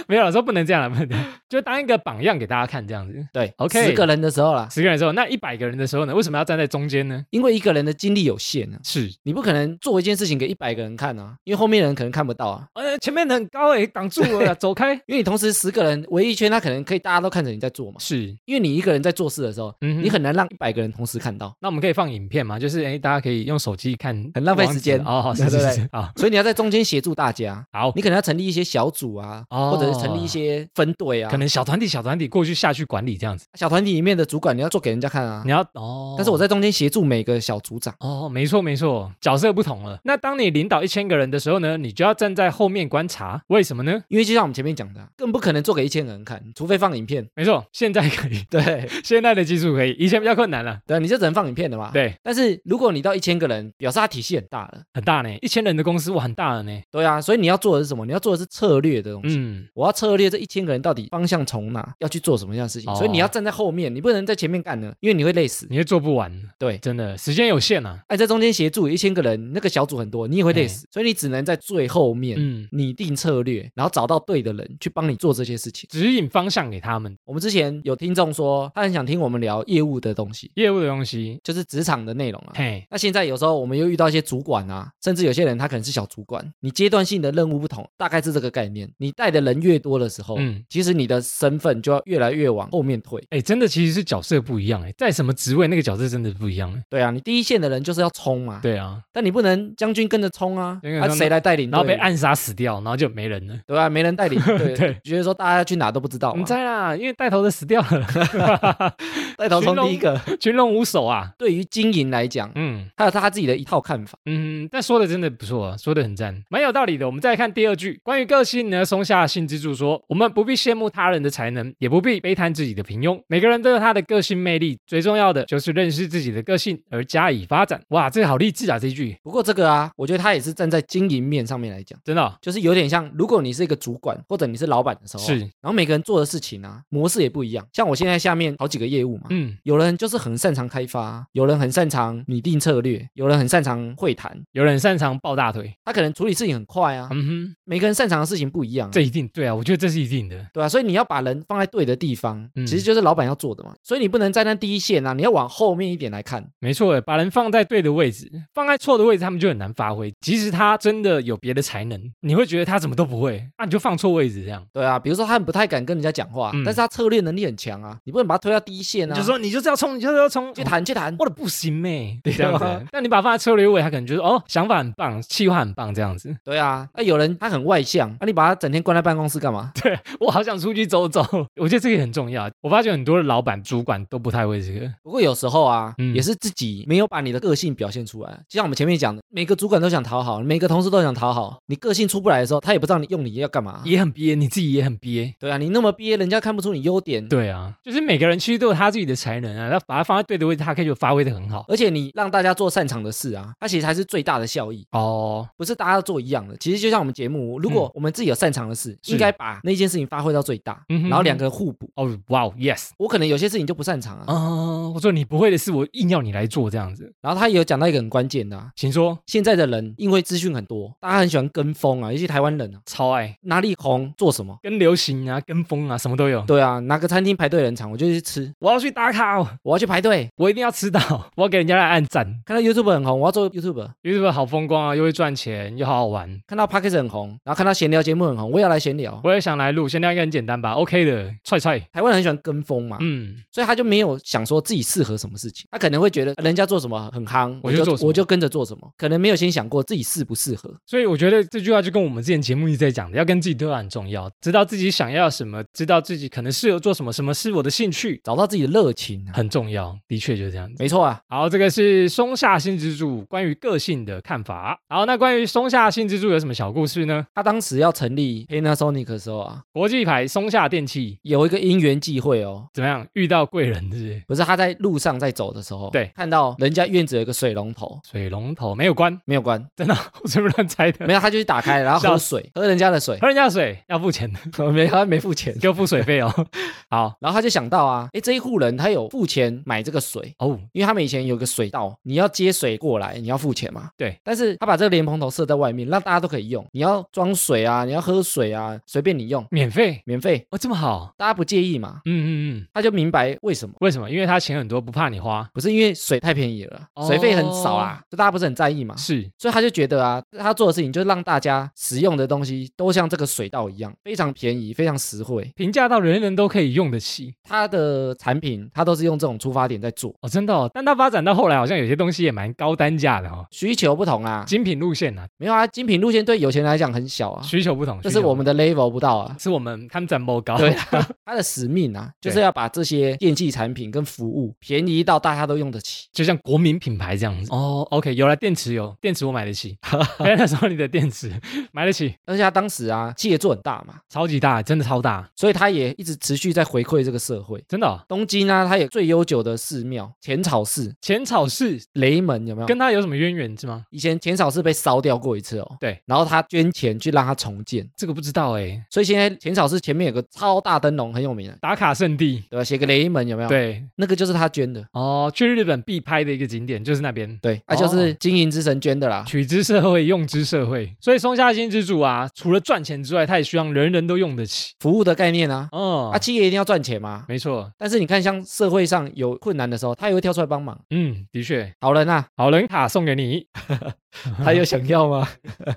Speaker 1: 没有了，说不能这样了，不能这样，就当一个榜样给大家看这样子。
Speaker 2: 对
Speaker 1: OK
Speaker 2: 十个人的时候啦，
Speaker 1: 十个人的时候，那一百个人的时候呢？为什么要站在中间呢？
Speaker 2: 因为一个人的精力有限啊，
Speaker 1: 是，
Speaker 2: 你不可能做一件事情给一百个人看啊，因为后面的人可能看不到啊。
Speaker 1: 呃，前面的很高哎，挡住 我了，走开。
Speaker 2: 因为你同时十个人围一圈，他可能可以大家都看着你在做嘛。
Speaker 1: 是，
Speaker 2: 因为你一个人在做事的时候，
Speaker 1: 嗯哼
Speaker 2: 你很难让一百个人同时看到，
Speaker 1: 那我们可以放影片嘛？就是哎，大家可以用手机看，
Speaker 2: 很浪费时间
Speaker 1: 网址哦，好是
Speaker 2: 对
Speaker 1: 是
Speaker 2: 对
Speaker 1: 是，好，
Speaker 2: 所以你要在中间协助大家。
Speaker 1: 好
Speaker 2: 你，可能要成立一些小组啊，
Speaker 1: 哦
Speaker 2: 或者是成立一些分队啊，
Speaker 1: 可能小团体小团体过去下去管理这样子。
Speaker 2: 小团体里面的主管你要做给人家看啊
Speaker 1: 你。要哦，
Speaker 2: 但是我在中间协助每个小组长，
Speaker 1: 哦，没错没错，角色不同了。那当你领导一千个人的时候呢，你就要站在后面观察，为什么呢？
Speaker 2: 因为就像我们前面讲的啊，更不可能做给一千个人看，除非放影片。
Speaker 1: 没错，现在可以，
Speaker 2: 对
Speaker 1: 现在的技术可以，以前比较困难了。
Speaker 2: 对，你就只能放影片的嘛。。
Speaker 1: 对，
Speaker 2: 但是如果你到一千个人，表示他体系很大了。
Speaker 1: 很大呢，一千人的公司哇，很大了呢。
Speaker 2: 对啊，所以你要做的是什么？你要做的是策略的东西。
Speaker 1: 嗯，
Speaker 2: 我要策略这一千个人到底方向从哪，要去做什么样的事情，
Speaker 1: 哦
Speaker 2: 所以你要站在后面，你不能在前面干呢，因为你会累死。
Speaker 1: 你也做不完，
Speaker 2: 对，
Speaker 1: 真的，时间有限啊。
Speaker 2: 哎，在中间协助一千个人，那个小组很多，你也会累死，所以你只能在最后面
Speaker 1: 嗯，
Speaker 2: 拟定策略，然后找到对的人去帮你做这些事情。
Speaker 1: 指引方向给他们
Speaker 2: 我们之前有听众说，他很想听我们聊业务的东西，
Speaker 1: 业务的东西。
Speaker 2: 就是职场的内容啊。
Speaker 1: 嘿，
Speaker 2: 那现在有时候我们又遇到一些主管啊，甚至有些人他可能是小主管，你阶段性的任务不同，大概是这个概念。你带的人越多的时候，
Speaker 1: 嗯
Speaker 2: 其实你的身份就要越来越往后面退。
Speaker 1: 哎，真的其实是角色不一样哎，在什么职位那个角色真的不一样。
Speaker 2: 对啊，你第一线的人就是要冲嘛，
Speaker 1: 对啊，
Speaker 2: 但你不能将军跟着冲啊，
Speaker 1: 因为
Speaker 2: 啊
Speaker 1: 他们
Speaker 2: 谁来带领？
Speaker 1: 然后被，暗杀死掉，然后就没人了。
Speaker 2: 对啊，没人带领，对，
Speaker 1: 对
Speaker 2: 觉得说大家去哪都不知道嘛
Speaker 1: 你，在啦，因为带头的死掉了，
Speaker 2: 带头冲第一个。
Speaker 1: 群龙无首啊。
Speaker 2: 对于经营来讲，
Speaker 1: 嗯
Speaker 2: 他有他自己的一套看法。
Speaker 1: 嗯，但说的真的不错，说的很赞，蛮有道理的。我们再来看第二句，关于个性呢，松下幸之助说，我们不必羡慕他人的才能，也不必悲叹自己的平庸。每个人都有他的个性魅力，最重要的就是认识自己的个性而加以发展。哇，这个好励志啊！这一句
Speaker 2: 不过这个啊，我觉得他也是站在经营面上面来讲，
Speaker 1: 真的哦、
Speaker 2: 就是有点像，如果你是一个主管或者你是老板的时候啊，
Speaker 1: 是，
Speaker 2: 然后每个人做的事情啊，模式也不一样。像我现在下面好几个业务嘛，
Speaker 1: 嗯，
Speaker 2: 有人就是很擅长开发，有人很擅长拟定策略，有人很擅长会谈，
Speaker 1: 有人擅长抱大腿，
Speaker 2: 他可能处理事情很快啊。
Speaker 1: 嗯哼，
Speaker 2: 每个人擅长的事情不一样啊、
Speaker 1: 这一定对啊，我觉得这是一定的。
Speaker 2: 对啊，所以你要把人放在对的地方，
Speaker 1: 嗯
Speaker 2: 其实就是老板要做的嘛。所以你不能站在第一线啊，你要往后面一点来看。
Speaker 1: 没错，哎把人放在对的位置，放在错的位置，他们就很难发挥。即使他真的有别的才能，你会觉得他怎么都不会，啊那、你就放错位置这样。
Speaker 2: 对啊，比如说他很不太敢跟人家讲话，
Speaker 1: 嗯
Speaker 2: 但是他策略能力很强啊，你不能把他推到第一线
Speaker 1: 你
Speaker 2: 啊。
Speaker 1: 就说你就是要冲，你就是要冲，
Speaker 2: 去谈去谈，
Speaker 1: 我的不行 妹，
Speaker 2: 对啊
Speaker 1: 这样子。但你把它放在策略位，他可能就是哦，想法很棒，计划很棒这样子。
Speaker 2: 对啊，那、有人他很外向，那、你把他整天关在办公室 干嘛？
Speaker 1: 我好想出去走走，我觉得这个也很重要。我发觉很多的老板、主管都不太会这个。
Speaker 2: 不过有时候啊，
Speaker 1: 嗯
Speaker 2: 也是自己没有把你的个性表现出来。就像我们前面讲的，每个主管都想讨好，每个同事都想讨好，你个性出不来的时候，他也不知道你用你要干嘛。
Speaker 1: 也很憋，你自己也很憋。
Speaker 2: 对啊，你那么憋，人家看不出你优点。
Speaker 1: 对啊，就是每个人其实都有他自己的才能啊，那把它放在对的位置，他可以就发挥的很好。
Speaker 2: 而且你让大家做擅长的事啊，它其实才是最大的效益，
Speaker 1: 哦，
Speaker 2: 不是大家做一样的。其实就像我们节目，如果我们自己有擅长的事，
Speaker 1: 嗯是
Speaker 2: 应该把那件事情发挥到最大，
Speaker 1: 嗯哼
Speaker 2: 然后两个人互补。
Speaker 1: 哦，哇哦，yes，
Speaker 2: 我可能有些事情就不擅长啊。
Speaker 1: 哦，我做你不会的事，我硬要你来做这样子，
Speaker 2: 然后他也有讲到一个很关键的、啊，
Speaker 1: 请说，
Speaker 2: 现在的人因为资讯很多，大家很喜欢跟风啊，尤其台湾人啊，
Speaker 1: 超爱
Speaker 2: 哪里红做什么。
Speaker 1: 跟流行啊，跟风啊，什么都有。
Speaker 2: 对啊，哪个餐厅排队人长，我就去吃，
Speaker 1: 我要去打卡、哦，
Speaker 2: 我要去排队。
Speaker 1: 我一定要吃到，我要给人家来按赞。
Speaker 2: 看到 YouTube 很红，我要做 YouTube；
Speaker 1: YouTube 好风光啊，又会赚钱，又好好玩。
Speaker 2: 看到 p o d c a s t 很红，然后看到闲聊节目很红，我也要来闲聊。
Speaker 1: 我也想来录，现在应该很简单吧？OK 的，踹踹。
Speaker 2: 台湾人很喜欢跟风嘛，
Speaker 1: 嗯，
Speaker 2: 所以他就没有想说自己适合什么事情。他可能会觉得人家做什么很夯，
Speaker 1: 我
Speaker 2: 我
Speaker 1: 就
Speaker 2: 就
Speaker 1: 做什么
Speaker 2: 我就跟着做什么，可能没有先想过自己适不适合。
Speaker 1: 所以我觉得这句话就跟我们之前节目一直在讲的，要跟自己对话很重要，知道自己想要什么，知道自己可能适合做什么，什么是我的兴趣，
Speaker 2: 找到自己的热情、啊，
Speaker 1: 很重要。的确就是这样子。
Speaker 2: 没错啊，
Speaker 1: 好，这个是松下幸之助关于个性的看法。好，那关于松下幸之助有什么小故事呢？
Speaker 2: 他当时要成立 Panasonic 的时候啊，
Speaker 1: 国际牌松下电器
Speaker 2: 有一个因缘际会哦。
Speaker 1: 怎么样？遇到贵人是不是？
Speaker 2: 不是他在路上在走的时候，
Speaker 1: 对
Speaker 2: 看到人家院子有一个水龙头
Speaker 1: 水龙头没有关，
Speaker 2: 没有关，
Speaker 1: 真的，我随便乱猜的。
Speaker 2: 没有他就去打开，然后
Speaker 1: 笑
Speaker 2: 喝水，喝人家的水，
Speaker 1: 喝人家的水要付钱的，
Speaker 2: 没他没付钱。
Speaker 1: 给我付水费哦。 好
Speaker 2: 然后他就想到啊，诶，这一户人他有付钱买这个水，
Speaker 1: 哦，
Speaker 2: 因为他们以前有个水道，你要接水过来，你要付钱嘛。
Speaker 1: 对，
Speaker 2: 但是他把这个莲蓬头设在外面，让大家都可以用，你要装水啊，你要喝水啊，随便你用，
Speaker 1: 免费
Speaker 2: 免费，
Speaker 1: 哦，这么好。
Speaker 2: 大家不介意嘛。
Speaker 1: 嗯嗯嗯，
Speaker 2: 他就明白为什么，
Speaker 1: 为什么？因为他钱很多，不怕你花。
Speaker 2: 不是因为水太便宜了，
Speaker 1: 哦
Speaker 2: 水费很少啦，就大家不是很在意嘛。
Speaker 1: 是
Speaker 2: 所以他就觉得啊，他做的事情就是让大家使用的东西都像这个水道一样，非常便宜，非常实惠。
Speaker 1: 评价到人人都可以用得起
Speaker 2: 他的产品他都是用这种出发点在做，
Speaker 1: 哦，真的哦。但它发展到后来，好像有些东西也蛮高单价的哦，
Speaker 2: 需求不同啊，
Speaker 1: 精品路线啊，
Speaker 2: 没有啊，精品路线对有钱人来讲很小啊，
Speaker 1: 需求不同。
Speaker 2: 这
Speaker 1: 需
Speaker 2: 是
Speaker 1: 求不
Speaker 2: 我们的 level 不到啊
Speaker 1: 同，。是我们看展不高。
Speaker 2: 对啊，他的使命啊，就是
Speaker 1: 对
Speaker 2: 要把这些电器产品跟服务便宜到大家都用得起。
Speaker 1: 就像国民品牌这样子哦，OK，有了电池有电池，我买得 起。哎，那时候你的电池买得起，
Speaker 2: 而且他当时啊，企业做很大嘛，
Speaker 1: 超级大，真的超大，
Speaker 2: 所以他也一直持续在回馈这个社会。
Speaker 1: 真的、哦。
Speaker 2: 东京啊，它有最悠久的寺庙浅草寺、
Speaker 1: 浅草寺
Speaker 2: 雷门，有没有？
Speaker 1: 跟它有什么渊源是吗？
Speaker 2: 以前浅草寺被烧掉过一次哦。
Speaker 1: 对，
Speaker 2: 然后他捐钱去让它重建，
Speaker 1: 这个不知道哎，
Speaker 2: 所以现在浅草寺前面有个超大灯笼，很有名的，
Speaker 1: 打卡圣地。
Speaker 2: 对吧？写个雷门有没有？，
Speaker 1: 对，
Speaker 2: 那个就是他捐的。
Speaker 1: 哦，去日本必拍的一个景点就是那边。
Speaker 2: 对，那、就是经营之神捐的啦。
Speaker 1: 取之社会，用之社会，所以松下幸之助啊，除了赚钱之外，他也希望人人都用得起。
Speaker 2: 服务的概念啊，
Speaker 1: 哦，
Speaker 2: 啊，企业一定要赚钱嘛。
Speaker 1: 没错，
Speaker 2: 但是你看，像社会上有困难的时候，他也会跳出来帮忙。
Speaker 1: 嗯，的确，
Speaker 2: 好人呐、
Speaker 1: 好人卡送给你。
Speaker 2: 他有想要吗？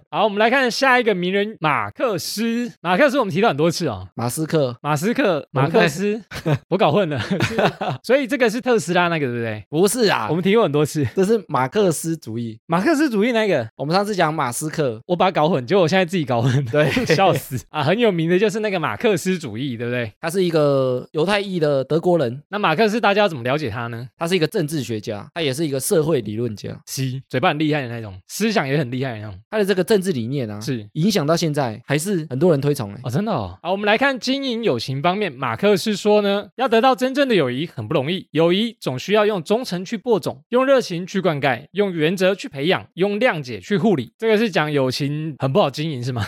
Speaker 1: 好，我们来看下一个名人马克思。马克思我们提到很多次哦，
Speaker 2: 马斯克
Speaker 1: 马斯克、马克思， 我搞混了。所以这个是特斯拉那个，对不对？
Speaker 2: 不是啊
Speaker 1: 我，们提过很多次，
Speaker 2: 这是马克思主义。
Speaker 1: 马克思主义那个，
Speaker 2: 我们上次讲马斯克，
Speaker 1: 我把它搞混，结果我现在自己搞混，
Speaker 2: 对
Speaker 1: 笑死啊！很有名的就是那个马克思主义，对不对？
Speaker 2: 他是一个犹太裔的德国人，
Speaker 1: 那马克思大家要怎么了解他呢？
Speaker 2: 他是一个政治学家，他也是一个社会理论家。
Speaker 1: 西嘴巴很厉害的那种，思想也很厉害的那种，
Speaker 2: 他的这个政治理念啊，
Speaker 1: 嗯是。
Speaker 2: 影响到现在还是很多人推崇哎、
Speaker 1: 哦，真的哦。好，我们来看经营友情方面，马克思说呢，要得到真正的友谊很不容易，友谊总需要用忠诚去播种，用热情去灌溉，用原则去培养，用谅解去护理。这个是讲友情很不好经营是 吗？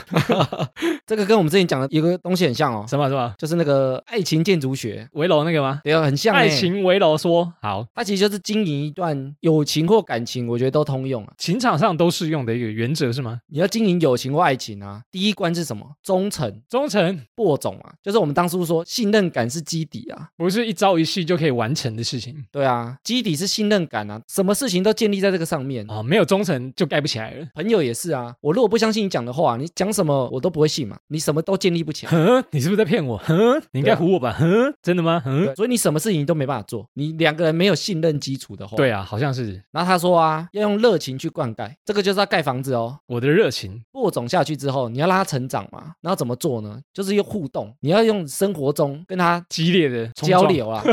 Speaker 2: 这个跟我们之前讲的有个东西很像哦，
Speaker 1: 什么什么
Speaker 2: 就是那个爱情建筑学，
Speaker 1: 围楼那个吗？
Speaker 2: 对啊，很像、欸。
Speaker 1: 爱，情围楼说好，
Speaker 2: 它其实就是经营一段友情或感情，我觉得都通用啊。
Speaker 1: 情场上都适用的一个原则是吗？
Speaker 2: 你要经营友情或爱情啊，第一关是什么？忠诚。
Speaker 1: 忠诚
Speaker 2: 播种啊，就是我们当初说信任感是基底啊，
Speaker 1: 不是一朝一夕就可以完成的事情
Speaker 2: 对啊，基底是信任感啊，什么事情都建立在这个上面。
Speaker 1: 啊、没有忠诚就盖不起来了。
Speaker 2: 朋友也是啊，我如果不相信你讲的话，你讲什么我都不会信嘛，你什么都建立不起来。
Speaker 1: 哼，你是不是在骗我？哼，你应该唬我吧？哼，真的吗？哼
Speaker 2: 对，所以你什么事情都没办法做，你两个人没有信任基础的话，
Speaker 1: 对。啊，好像是
Speaker 2: 然后他说啊，要用热情去灌溉，这个就是要盖房子哦。
Speaker 1: 我的热情
Speaker 2: 播种下去之后，你要让它成长嘛。然后怎么做呢？就是用互动，你要用生活中跟它
Speaker 1: 激烈的冲
Speaker 2: 交
Speaker 1: 撞，
Speaker 2: 流啊，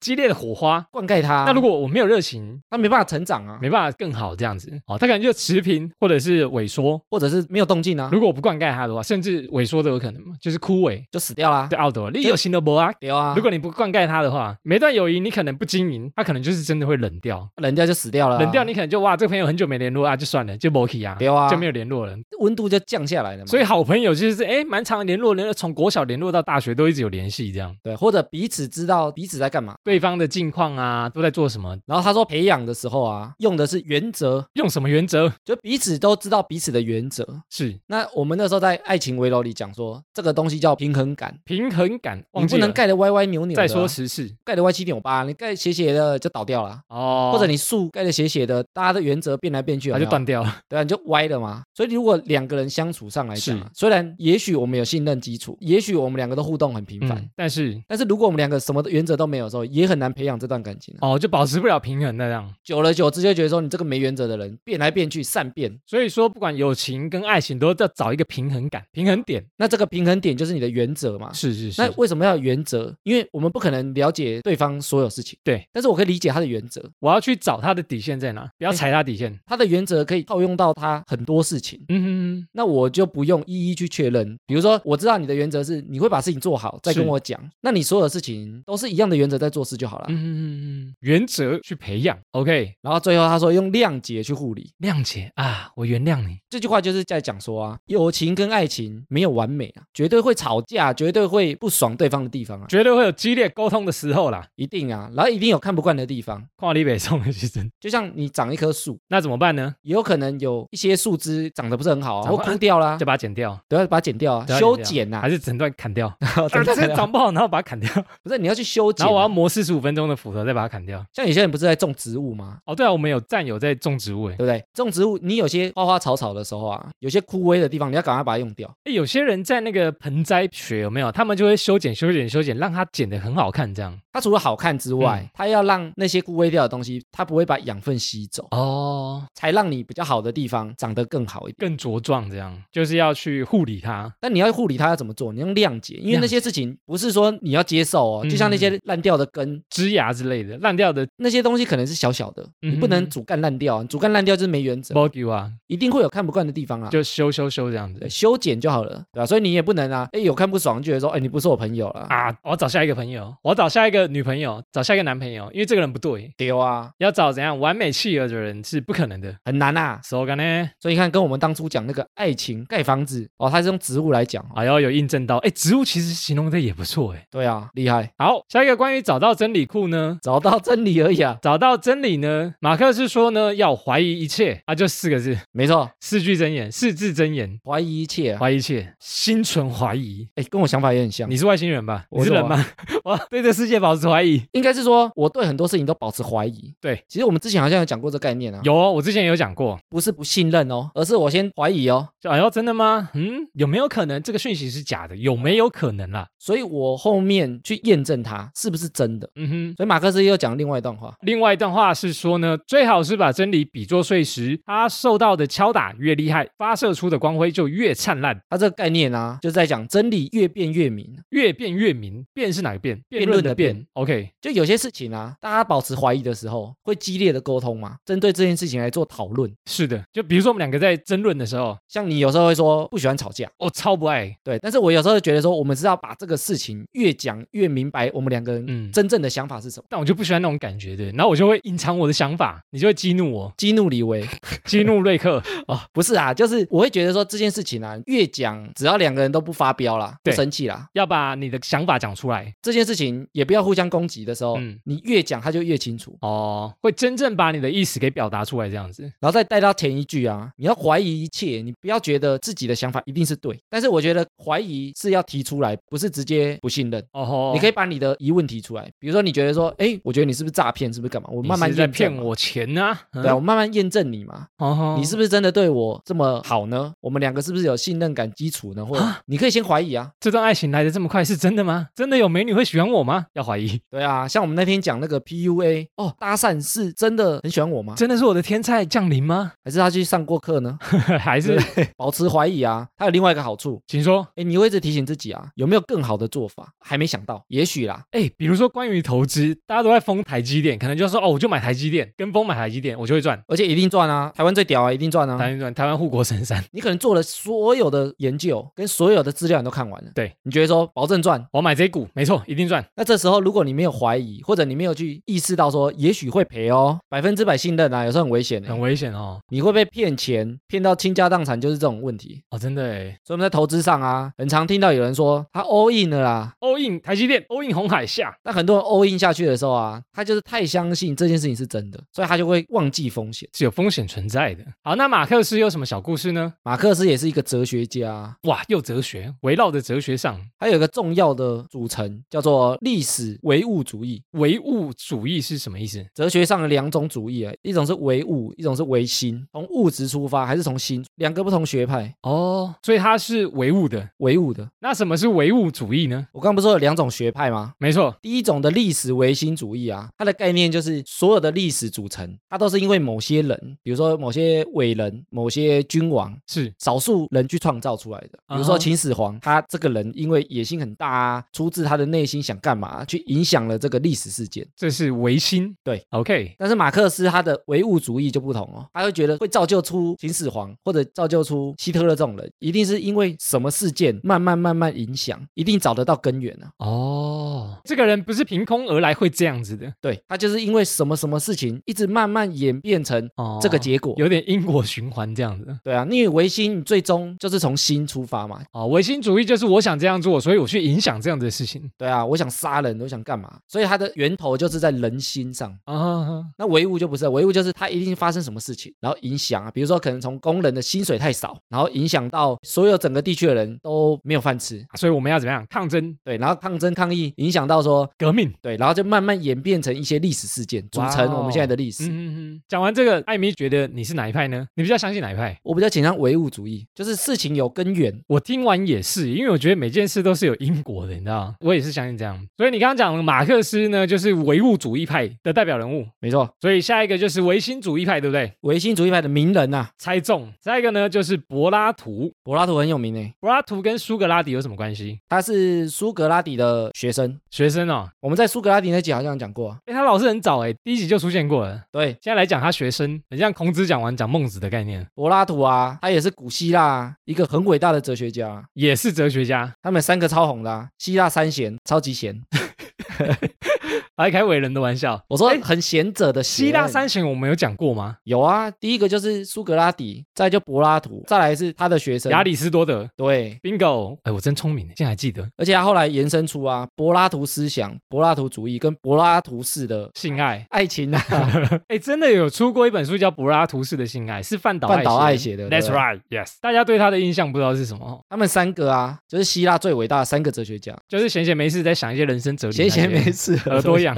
Speaker 1: 激烈的火花。
Speaker 2: 灌溉 它。
Speaker 1: 那如果我没有热情，
Speaker 2: 它没办法成长啊，
Speaker 1: 没办法更好这样子哦，它可能就持平或者是萎缩。
Speaker 2: 或者是没有动静啊，
Speaker 1: 如果我不灌溉它的话，甚至萎缩都有可能嘛，就是枯萎。
Speaker 2: 就死掉啦。
Speaker 1: 对，奥德，你有心的不啊？
Speaker 2: 对啊，
Speaker 1: 如果你不灌溉它的话，每段友谊你可能不经营，它可能就是真的会冷掉。
Speaker 2: 冷掉就死掉了啊、
Speaker 1: 冷掉你可能就哇，这个朋友很久没联络啊，就算了，就 m o k e 啊，
Speaker 2: 对啊
Speaker 1: 就没有联络了。
Speaker 2: 温度就降下来了嘛。
Speaker 1: 所
Speaker 2: 以
Speaker 1: 以好朋友就是哎，蛮常联络，联络从国小联络到大学都一直有联系，这样
Speaker 2: 对，或者彼此知道彼此在干嘛。
Speaker 1: 对方的近况啊，都在做什么，
Speaker 2: 然后他说培养的时候啊，用的是原则，
Speaker 1: 用什么原则
Speaker 2: 就彼此都知道彼此的原则。
Speaker 1: 是
Speaker 2: 那我们那时候在爱情围楼里讲说，这个东西叫平衡感，
Speaker 1: 平衡感，
Speaker 2: 你
Speaker 1: 忘记
Speaker 2: 不能
Speaker 1: 了
Speaker 2: 盖的歪歪扭扭的啊、
Speaker 1: 再说时事
Speaker 2: 盖的歪七扭八，你盖斜斜的就倒掉了啊。
Speaker 1: 哦，
Speaker 2: 或者你树盖的斜斜的，大家的原则变来变去，
Speaker 1: 它就断掉了。
Speaker 2: 对啊，你就歪了嘛。所以如果两个人相处上来讲啊，虽然也许我们有信任基础，也许我们两个都互动很频繁，
Speaker 1: 嗯，但是
Speaker 2: 但是如果我们两个什么原则都没有的时候，也很难培养这段感情、啊。
Speaker 1: 哦，就保持不了平衡那样。
Speaker 2: 久了久之，就觉得说你这个没原则的人，变来变去，善变。
Speaker 1: 所以说，不管友情跟爱情，都要找一个平衡感、平衡点。
Speaker 2: 那这个平衡点就是你的原则嘛。
Speaker 1: 是是是，
Speaker 2: 啊那为什么要有原则？因为我们不可能了解对方所有事情，
Speaker 1: 对。
Speaker 2: 但是我可以理解他的原则，
Speaker 1: 我要去找他的底线在哪，不要踩他底线。
Speaker 2: 他的原则可以套用到他很多事情。
Speaker 1: 嗯哼，
Speaker 2: 那我就不用一一去确认。比如说，我知道你的原则是你会把事情做好，再跟
Speaker 1: 是
Speaker 2: 我讲。那你所有事情都是一样的原则在做事就好了。
Speaker 1: 嗯哼嗯哼，原则去培养。OK，
Speaker 2: 然后最后他说用谅解去护理，
Speaker 1: 谅解啊，我原谅你。
Speaker 2: 这句话就是在讲说啊，友情跟爱情没有完美啊，绝对会吵架，绝对会不爽对方的地方啊，
Speaker 1: 绝对会有激烈沟通的时候啦。
Speaker 2: 一定啊，然后一定有看不惯的地方。
Speaker 1: 跨离北宋的其实，
Speaker 2: 就像你长一棵树，
Speaker 1: 那怎么办呢？
Speaker 2: 也有可能有一些树枝长得不是很好啊，
Speaker 1: 长
Speaker 2: 或
Speaker 1: 不
Speaker 2: 枯掉啦
Speaker 1: 就，把它剪掉，
Speaker 2: 都要把它剪掉啊，
Speaker 1: 对啊
Speaker 2: 修剪呐、
Speaker 1: 还是 整段砍掉？
Speaker 2: 啊，
Speaker 1: 这
Speaker 2: 剪掉
Speaker 1: 长不好，然后把它砍掉，
Speaker 2: 不是你要去修剪
Speaker 1: 然
Speaker 2: 啊、
Speaker 1: 后我要磨四十五分钟的斧头，再把它砍掉。
Speaker 2: 像有些人不是在种植物吗？
Speaker 1: 哦，对啊，我们有战友在种植物，哎
Speaker 2: 对，不对？种植物，你有些花花草草的时候啊，有些枯萎的地方，你要赶快把它用掉。
Speaker 1: 诶有些人在那个盆栽学有没有？他们就会修剪、修剪、修剪，让它剪得很好看，这样。
Speaker 2: 它除了好看之外，
Speaker 1: 嗯
Speaker 2: 它要让那些枯萎掉的东西，它不会把养分吸走，
Speaker 1: 哦，
Speaker 2: 才让你比较好的地方长得更好一点。
Speaker 1: 更茁壮，这样就是要去护理它。
Speaker 2: 但你要护理它要怎么做？你用谅解，因为
Speaker 1: 谅
Speaker 2: 那些事情不是说你要接受哦，
Speaker 1: 嗯
Speaker 2: 就像那些烂掉的根，
Speaker 1: 枝芽之类的烂掉的
Speaker 2: 那些东西可能是小小的，
Speaker 1: 嗯
Speaker 2: 你不能主干烂掉，啊主干烂掉就是没原则，
Speaker 1: b o g u 啊，
Speaker 2: 一定会有看不惯的地方啊。
Speaker 1: 就修修修这样子
Speaker 2: 对修剪就好了，对吧、所以你也不能啊，哎，有看不爽就觉得说，哎，你不是我朋友了啊，
Speaker 1: 啊！我要找下一个朋友，我要找下一个女朋友，找下一个男朋友，因为这个人不对，
Speaker 2: 丢啊，
Speaker 1: 要找怎样完美契合的人是不可能的。
Speaker 2: 很难啊。
Speaker 1: so 干呢？
Speaker 2: 所以你看，跟我们当初讲那个爱情盖房子哦，它是用植物来讲啊，
Speaker 1: 哎呦，有印证到，哎，植物其实形容的也不错，哎。
Speaker 2: 对啊，厉害，
Speaker 1: 好，下一个关于找到真理库呢？
Speaker 2: 找到真理而已啊，
Speaker 1: 找到真理呢？马克是说呢，要怀疑一切啊，就四个字，
Speaker 2: 没错，
Speaker 1: 四句真言，四字真言，
Speaker 2: 怀疑一切啊，
Speaker 1: 怀疑一切，心存怀疑。
Speaker 2: 哎，跟我想法也很像，
Speaker 1: 你是外星人吧？
Speaker 2: 我
Speaker 1: 你是
Speaker 2: 是
Speaker 1: 人
Speaker 2: 我
Speaker 1: 吗？ 我对这世界保持怀疑。
Speaker 2: 应该是说我对很多事情都保持怀疑。
Speaker 1: 对，
Speaker 2: 其实我们之前好像有讲过这概念啊，
Speaker 1: 有哦，我之前有讲过，
Speaker 2: 不是不信任哦，而是我先怀疑哦，
Speaker 1: 就哎呦，真的吗？嗯，有没有可能这个讯息是假的？有没有可能啦？
Speaker 2: 所以我后面去验证它是不是真的。
Speaker 1: 嗯哼。
Speaker 2: 所以马克思又讲另外一段话，
Speaker 1: 另外一段话是说呢，最好是把真理比作碎石，它受到的敲打越厉害，发射出的光辉就越灿烂，
Speaker 2: 他这个概念啊，就是在讲真理越辩越明。
Speaker 1: 越辩越明。辩是哪个辩？辩
Speaker 2: 辩
Speaker 1: 论
Speaker 2: 论
Speaker 1: 的
Speaker 2: 的
Speaker 1: 辩
Speaker 2: 辩。
Speaker 1: OK，
Speaker 2: 就有些事情啊，大家保持怀疑的时候，会激烈的沟通嘛，针对这件事情来做讨论。
Speaker 1: 是的。就比如说我们两个在争论的时候，
Speaker 2: 像你有时候会说不喜欢吵架，
Speaker 1: 我、超不爱，
Speaker 2: 对，但是我有时候觉得说，我们是要把这个事情越讲越明白，我们两个
Speaker 1: 嗯
Speaker 2: 人真正的想法是什么，
Speaker 1: 但我就不喜欢那种感觉的。然后我就会隐藏我的想法，你就会激怒 我，
Speaker 2: 激怒李维。
Speaker 1: 激怒瑞克。
Speaker 2: 不是啊，就是我会觉得说这件事情啊，越讲只要两个人都不发飙啦，不
Speaker 1: 对
Speaker 2: 生气啦，
Speaker 1: 要把你的想法讲出来
Speaker 2: 这件事情也不要互相攻击的时候，
Speaker 1: 嗯
Speaker 2: 你越讲他就越清楚，
Speaker 1: 哦，会真正把你的意思给表达出来，这样子。
Speaker 2: 然后再带到前一句啊，你要怀疑一切，你不要觉得自己的想法一定是对，但是我觉得怀疑是要提出来，不是直接不信任。
Speaker 1: 哦吼，
Speaker 2: 你可
Speaker 1: 以
Speaker 2: 以把你的疑问提出来，比如说你觉得说，哎，我觉得你是不是诈骗，是不是干嘛？我慢慢
Speaker 1: 在
Speaker 2: 验证
Speaker 1: 骗
Speaker 2: 嘛，
Speaker 1: 我钱啊，
Speaker 2: 对啊，
Speaker 1: 嗯
Speaker 2: 我慢慢验证你嘛，
Speaker 1: 哦吼，
Speaker 2: 你是不是真的对我这么好呢？我们两个是不是有信任感基础呢？或者你可以先怀疑啊，
Speaker 1: 这段爱情来的这么快，是真的吗？真的有美女会喜欢我吗？要怀疑，
Speaker 2: 对啊，像我们那天讲那个 PUA，哦，搭讪是真的很喜欢我吗？
Speaker 1: 真的是我的天才降临吗？
Speaker 2: 还是他去上过课呢？
Speaker 1: 还是，
Speaker 2: 保持怀疑啊，它有另外一个好处，
Speaker 1: 请说。
Speaker 2: 哎，你会一直提醒自己啊，有没有更好的做法？还没想到，也许啦，
Speaker 1: 哎，比如说关于投资，大家都在疯台积电，可能就说哦，我就买台积电，跟风买台积电，我就会赚。
Speaker 2: 而且一定赚啊，台湾最屌啊，一定赚
Speaker 1: 台
Speaker 2: 啊！
Speaker 1: 湾赚，台湾护国神山，
Speaker 2: 你可能做了所有的研究跟所有的资料，你都看完了，
Speaker 1: 对
Speaker 2: 你觉得说保证赚？
Speaker 1: 我买这股，没错，一定赚。
Speaker 2: 那这时候如果你没有怀疑，或者你没有去意识到说也许会赔哦，百分之百信任啊，有时候很危险的、
Speaker 1: 很危险哦，
Speaker 2: 你会被骗钱，骗到倾家荡产，就是这种问题。
Speaker 1: 哦，真的哎
Speaker 2: 所以我们在投资上啊，很常听到有人说他 all in 了啦，
Speaker 1: ，all in 台积电，all in 红海下，
Speaker 2: 但很多人 all in 下去的时候啊，他就是太相信这件事情是真的，所以他就会忘记风险。
Speaker 1: 是有风险存在的。好，那马克思有什么小故事呢？
Speaker 2: 马克思也是一个哲学家，
Speaker 1: 哇，又哲学，围绕着哲学上，
Speaker 2: 他有一个重要的组成叫做历史唯物主义。
Speaker 1: 唯物主义是什么意思？
Speaker 2: 哲学上的两种主义啊，一种是唯物，一种是唯心，从物质出发还是从心，两个不同学派，
Speaker 1: 哦，所以它是唯物的。
Speaker 2: 唯物的。
Speaker 1: 那什么是唯物主义呢？
Speaker 2: 我刚刚不是说有两种学派吗？
Speaker 1: 没错，
Speaker 2: 第一种的历史唯心主义啊，它的概念就是所有的历史组成，它都是因为某些人，比如说某些伟人、某些君王、
Speaker 1: 是
Speaker 2: 少数人去创造出来的。比如
Speaker 1: 啊哈
Speaker 2: 说秦始皇，他这个人因为野心很大啊，出自他的内心想干嘛，去影响了这个历史事件。
Speaker 1: 这是唯心。
Speaker 2: 对
Speaker 1: ，OK，
Speaker 2: 但是马克思他的唯物主义就不同哦，他会觉得会造就出秦始皇或者造就出希特勒这种人，一定是因为什么事件慢慢慢慢影响，一定找得到根源啊。
Speaker 1: 哦，这个人不是凭空而来会这样子的
Speaker 2: 对他就是因为什么什么事情，一直慢慢演变成
Speaker 1: 哦，
Speaker 2: 这个结果。
Speaker 1: 有点因果循环这样子。
Speaker 2: 对啊，因为唯心最终就是从心出发嘛。
Speaker 1: 哦，唯心主义就是我想这样做，所以我去影响这样的事情
Speaker 2: 对啊，我想杀人，我想干嘛？所以它的源头就是在人心上。
Speaker 1: 啊。
Speaker 2: 那唯物就不是，唯物就是它一定发生什么事情，然后影响啊，比如说可能从工人的薪水太少，然后影响到所有整个地区的人都没有饭吃。
Speaker 1: 所以我们要怎么样抗争
Speaker 2: 对，然后抗争抗议影响到说，
Speaker 1: 革命？
Speaker 2: 对，然后就慢慢演变成一些历史事件，组成我们现在的历史。
Speaker 1: 哦嗯嗯嗯。讲完这个，艾米觉得你是哪一派呢？你比较相信哪一派？
Speaker 2: 我比较倾向唯物主义，就是事情有根源，
Speaker 1: 我听完也是，因为我觉得每件事都是有因果的，你知道吗？我也是相信这样。所以你刚刚讲的马克思呢，就是唯物主义派的代表人物。
Speaker 2: 没错。
Speaker 1: 所以下一个就是唯心主义派，对不对？
Speaker 2: 唯心主义派的名人呐、啊
Speaker 1: 猜中。下一个呢就是柏拉图。
Speaker 2: 柏拉图很有名诶，
Speaker 1: 柏拉图跟苏格拉底有什么关系？
Speaker 2: 他是苏格拉底的学生。
Speaker 1: 学生哦，
Speaker 2: 我们在苏格拉底那集好像讲过、啊，
Speaker 1: 哎，他老师很早哎，第一集就出现过了。
Speaker 2: 对，
Speaker 1: 现在来讲他学生，很像孔子讲完讲孟子的概念，
Speaker 2: 柏拉图啊，他也是古希腊一个很伟大的哲学家啊、
Speaker 1: 也是哲学家，
Speaker 2: 他们三个超红的、啊，希腊三贤，超级贤。
Speaker 1: 还开伟人的玩笑。
Speaker 2: 我说很贤者的贤
Speaker 1: 希腊三贤我们有讲过吗？
Speaker 2: 有啊，第一个就是苏格拉底，再就柏拉图，再来是他的学生
Speaker 1: 亚。里士多德
Speaker 2: 对，
Speaker 1: ，bingo！哎，我真聪明，竟然还记得
Speaker 2: 而且他后来延伸出啊，柏拉图思想、柏拉图主义跟柏拉图式的
Speaker 1: 性爱。
Speaker 2: 爱情啊，
Speaker 1: 哎，真的有出过一本书叫《柏拉图式的性爱》，是范岛
Speaker 2: 半岛爱
Speaker 1: 写
Speaker 2: 写的。
Speaker 1: 的。
Speaker 2: 对
Speaker 1: That's
Speaker 2: 不对
Speaker 1: right, yes。大家对他的印象不知道是什么，
Speaker 2: 他们三个啊，就是希腊最伟大的三个哲学家。
Speaker 1: 就是闲闲没事在想一些人生哲理那
Speaker 2: 闲
Speaker 1: 些，
Speaker 2: 闲没事，
Speaker 1: 耳朵 痒，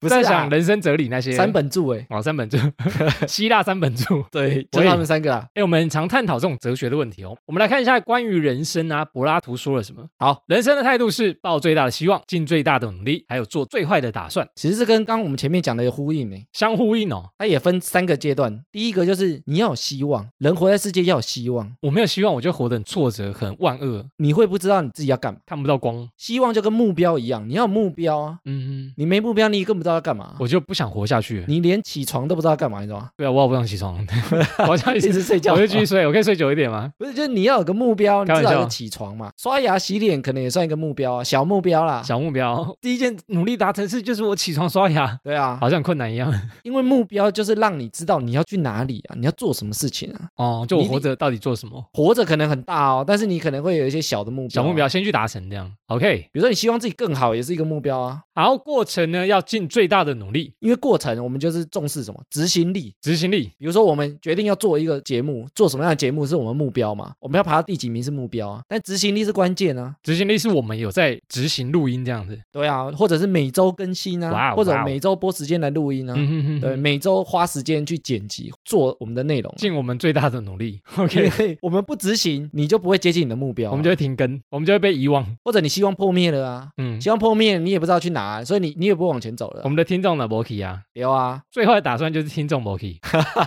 Speaker 2: 不是
Speaker 1: 在
Speaker 2: 啊
Speaker 1: 想人生哲理那些
Speaker 2: 三本柱哎、
Speaker 1: 哦，三本柱， 希腊三本 柱。
Speaker 2: 对，就
Speaker 1: 我
Speaker 2: 是
Speaker 1: 也
Speaker 2: 他们三个啊。
Speaker 1: 哎，我们常探讨这种哲学的问题哦。我们来看一下关于人生啊，柏拉图说了什么？
Speaker 2: 好，
Speaker 1: 人生的态度是抱最大的希望，尽最大的努力，还有做最坏的打算，
Speaker 2: 其实这跟刚刚我们前面讲的有呼应呢、
Speaker 1: 相呼应哦。
Speaker 2: 它也分三个阶段，第一个就是你要有希望，人活在世界要有希望，
Speaker 1: 我没有希望，我就活得很挫折，很万恶，
Speaker 2: 你会不知道你自己要干嘛。
Speaker 1: 看不到光。
Speaker 2: 希望就跟目标一样，你要有目标啊，
Speaker 1: 嗯，
Speaker 2: 你没目标，你根本不知道要干嘛，
Speaker 1: 我就不想活下去了。
Speaker 2: 你连起床都不知道要干嘛，你知道吗？
Speaker 1: 对啊，我好不想起床， 我好像一
Speaker 2: 一
Speaker 1: 直
Speaker 2: 直睡觉，
Speaker 1: 我就继续睡，我可以睡久一点吗？
Speaker 2: 不是，就是你要有个目标，你
Speaker 1: 开玩
Speaker 2: 至
Speaker 1: 笑
Speaker 2: 少要起床嘛，刷牙洗脸可能也算一个目标啊，小目标啦。
Speaker 1: 小目标， 第一件努力达成事就是我起床刷牙，
Speaker 2: 对啊，
Speaker 1: 好像很困难一样。
Speaker 2: 因为目标就是让你知道你要去哪里啊，你要做什么事情啊。
Speaker 1: 哦，就我
Speaker 2: 你
Speaker 1: 活着到底做什么？
Speaker 2: 活着可能很大哦，但是你可能会有一些小的目标、啊
Speaker 1: 小目标，先去达成这样。OK，
Speaker 2: 比如说你希望自己更好，也是一个目标啊。
Speaker 1: 然后过程呢要尽最大的努力，
Speaker 2: 因为过程我们就是重视什么执行力。
Speaker 1: 执行力。
Speaker 2: 比如说我们决定要做一个节目，做什么样的节目是我们目标嘛？我们要爬到第几名是目标啊？但执行力是关键啊。
Speaker 1: 执行力是我们有在执行录音这样子，
Speaker 2: 对啊，或者是每周更新啊，
Speaker 1: 哇哦
Speaker 2: 或者
Speaker 1: 哇哦
Speaker 2: 每周播时间来录音啊。
Speaker 1: 嗯哼哼，
Speaker 2: 对，，每周花时间去剪辑，做我们的 内容啊。
Speaker 1: 尽我们最大的努力。
Speaker 2: 因
Speaker 1: OK，
Speaker 2: 为我们不执行，你就不会接近你的目标啊、
Speaker 1: 我们就会停更，我们就会被遗忘。
Speaker 2: 或者你希望破灭了啊，
Speaker 1: 嗯，
Speaker 2: 希望破灭，你也不知道去哪、啊所以你你也不会往前走了
Speaker 1: 我
Speaker 2: 啊。
Speaker 1: 们的听众呢 m o k 啊，
Speaker 2: 有啊，
Speaker 1: 最坏的打算就是听众 m o k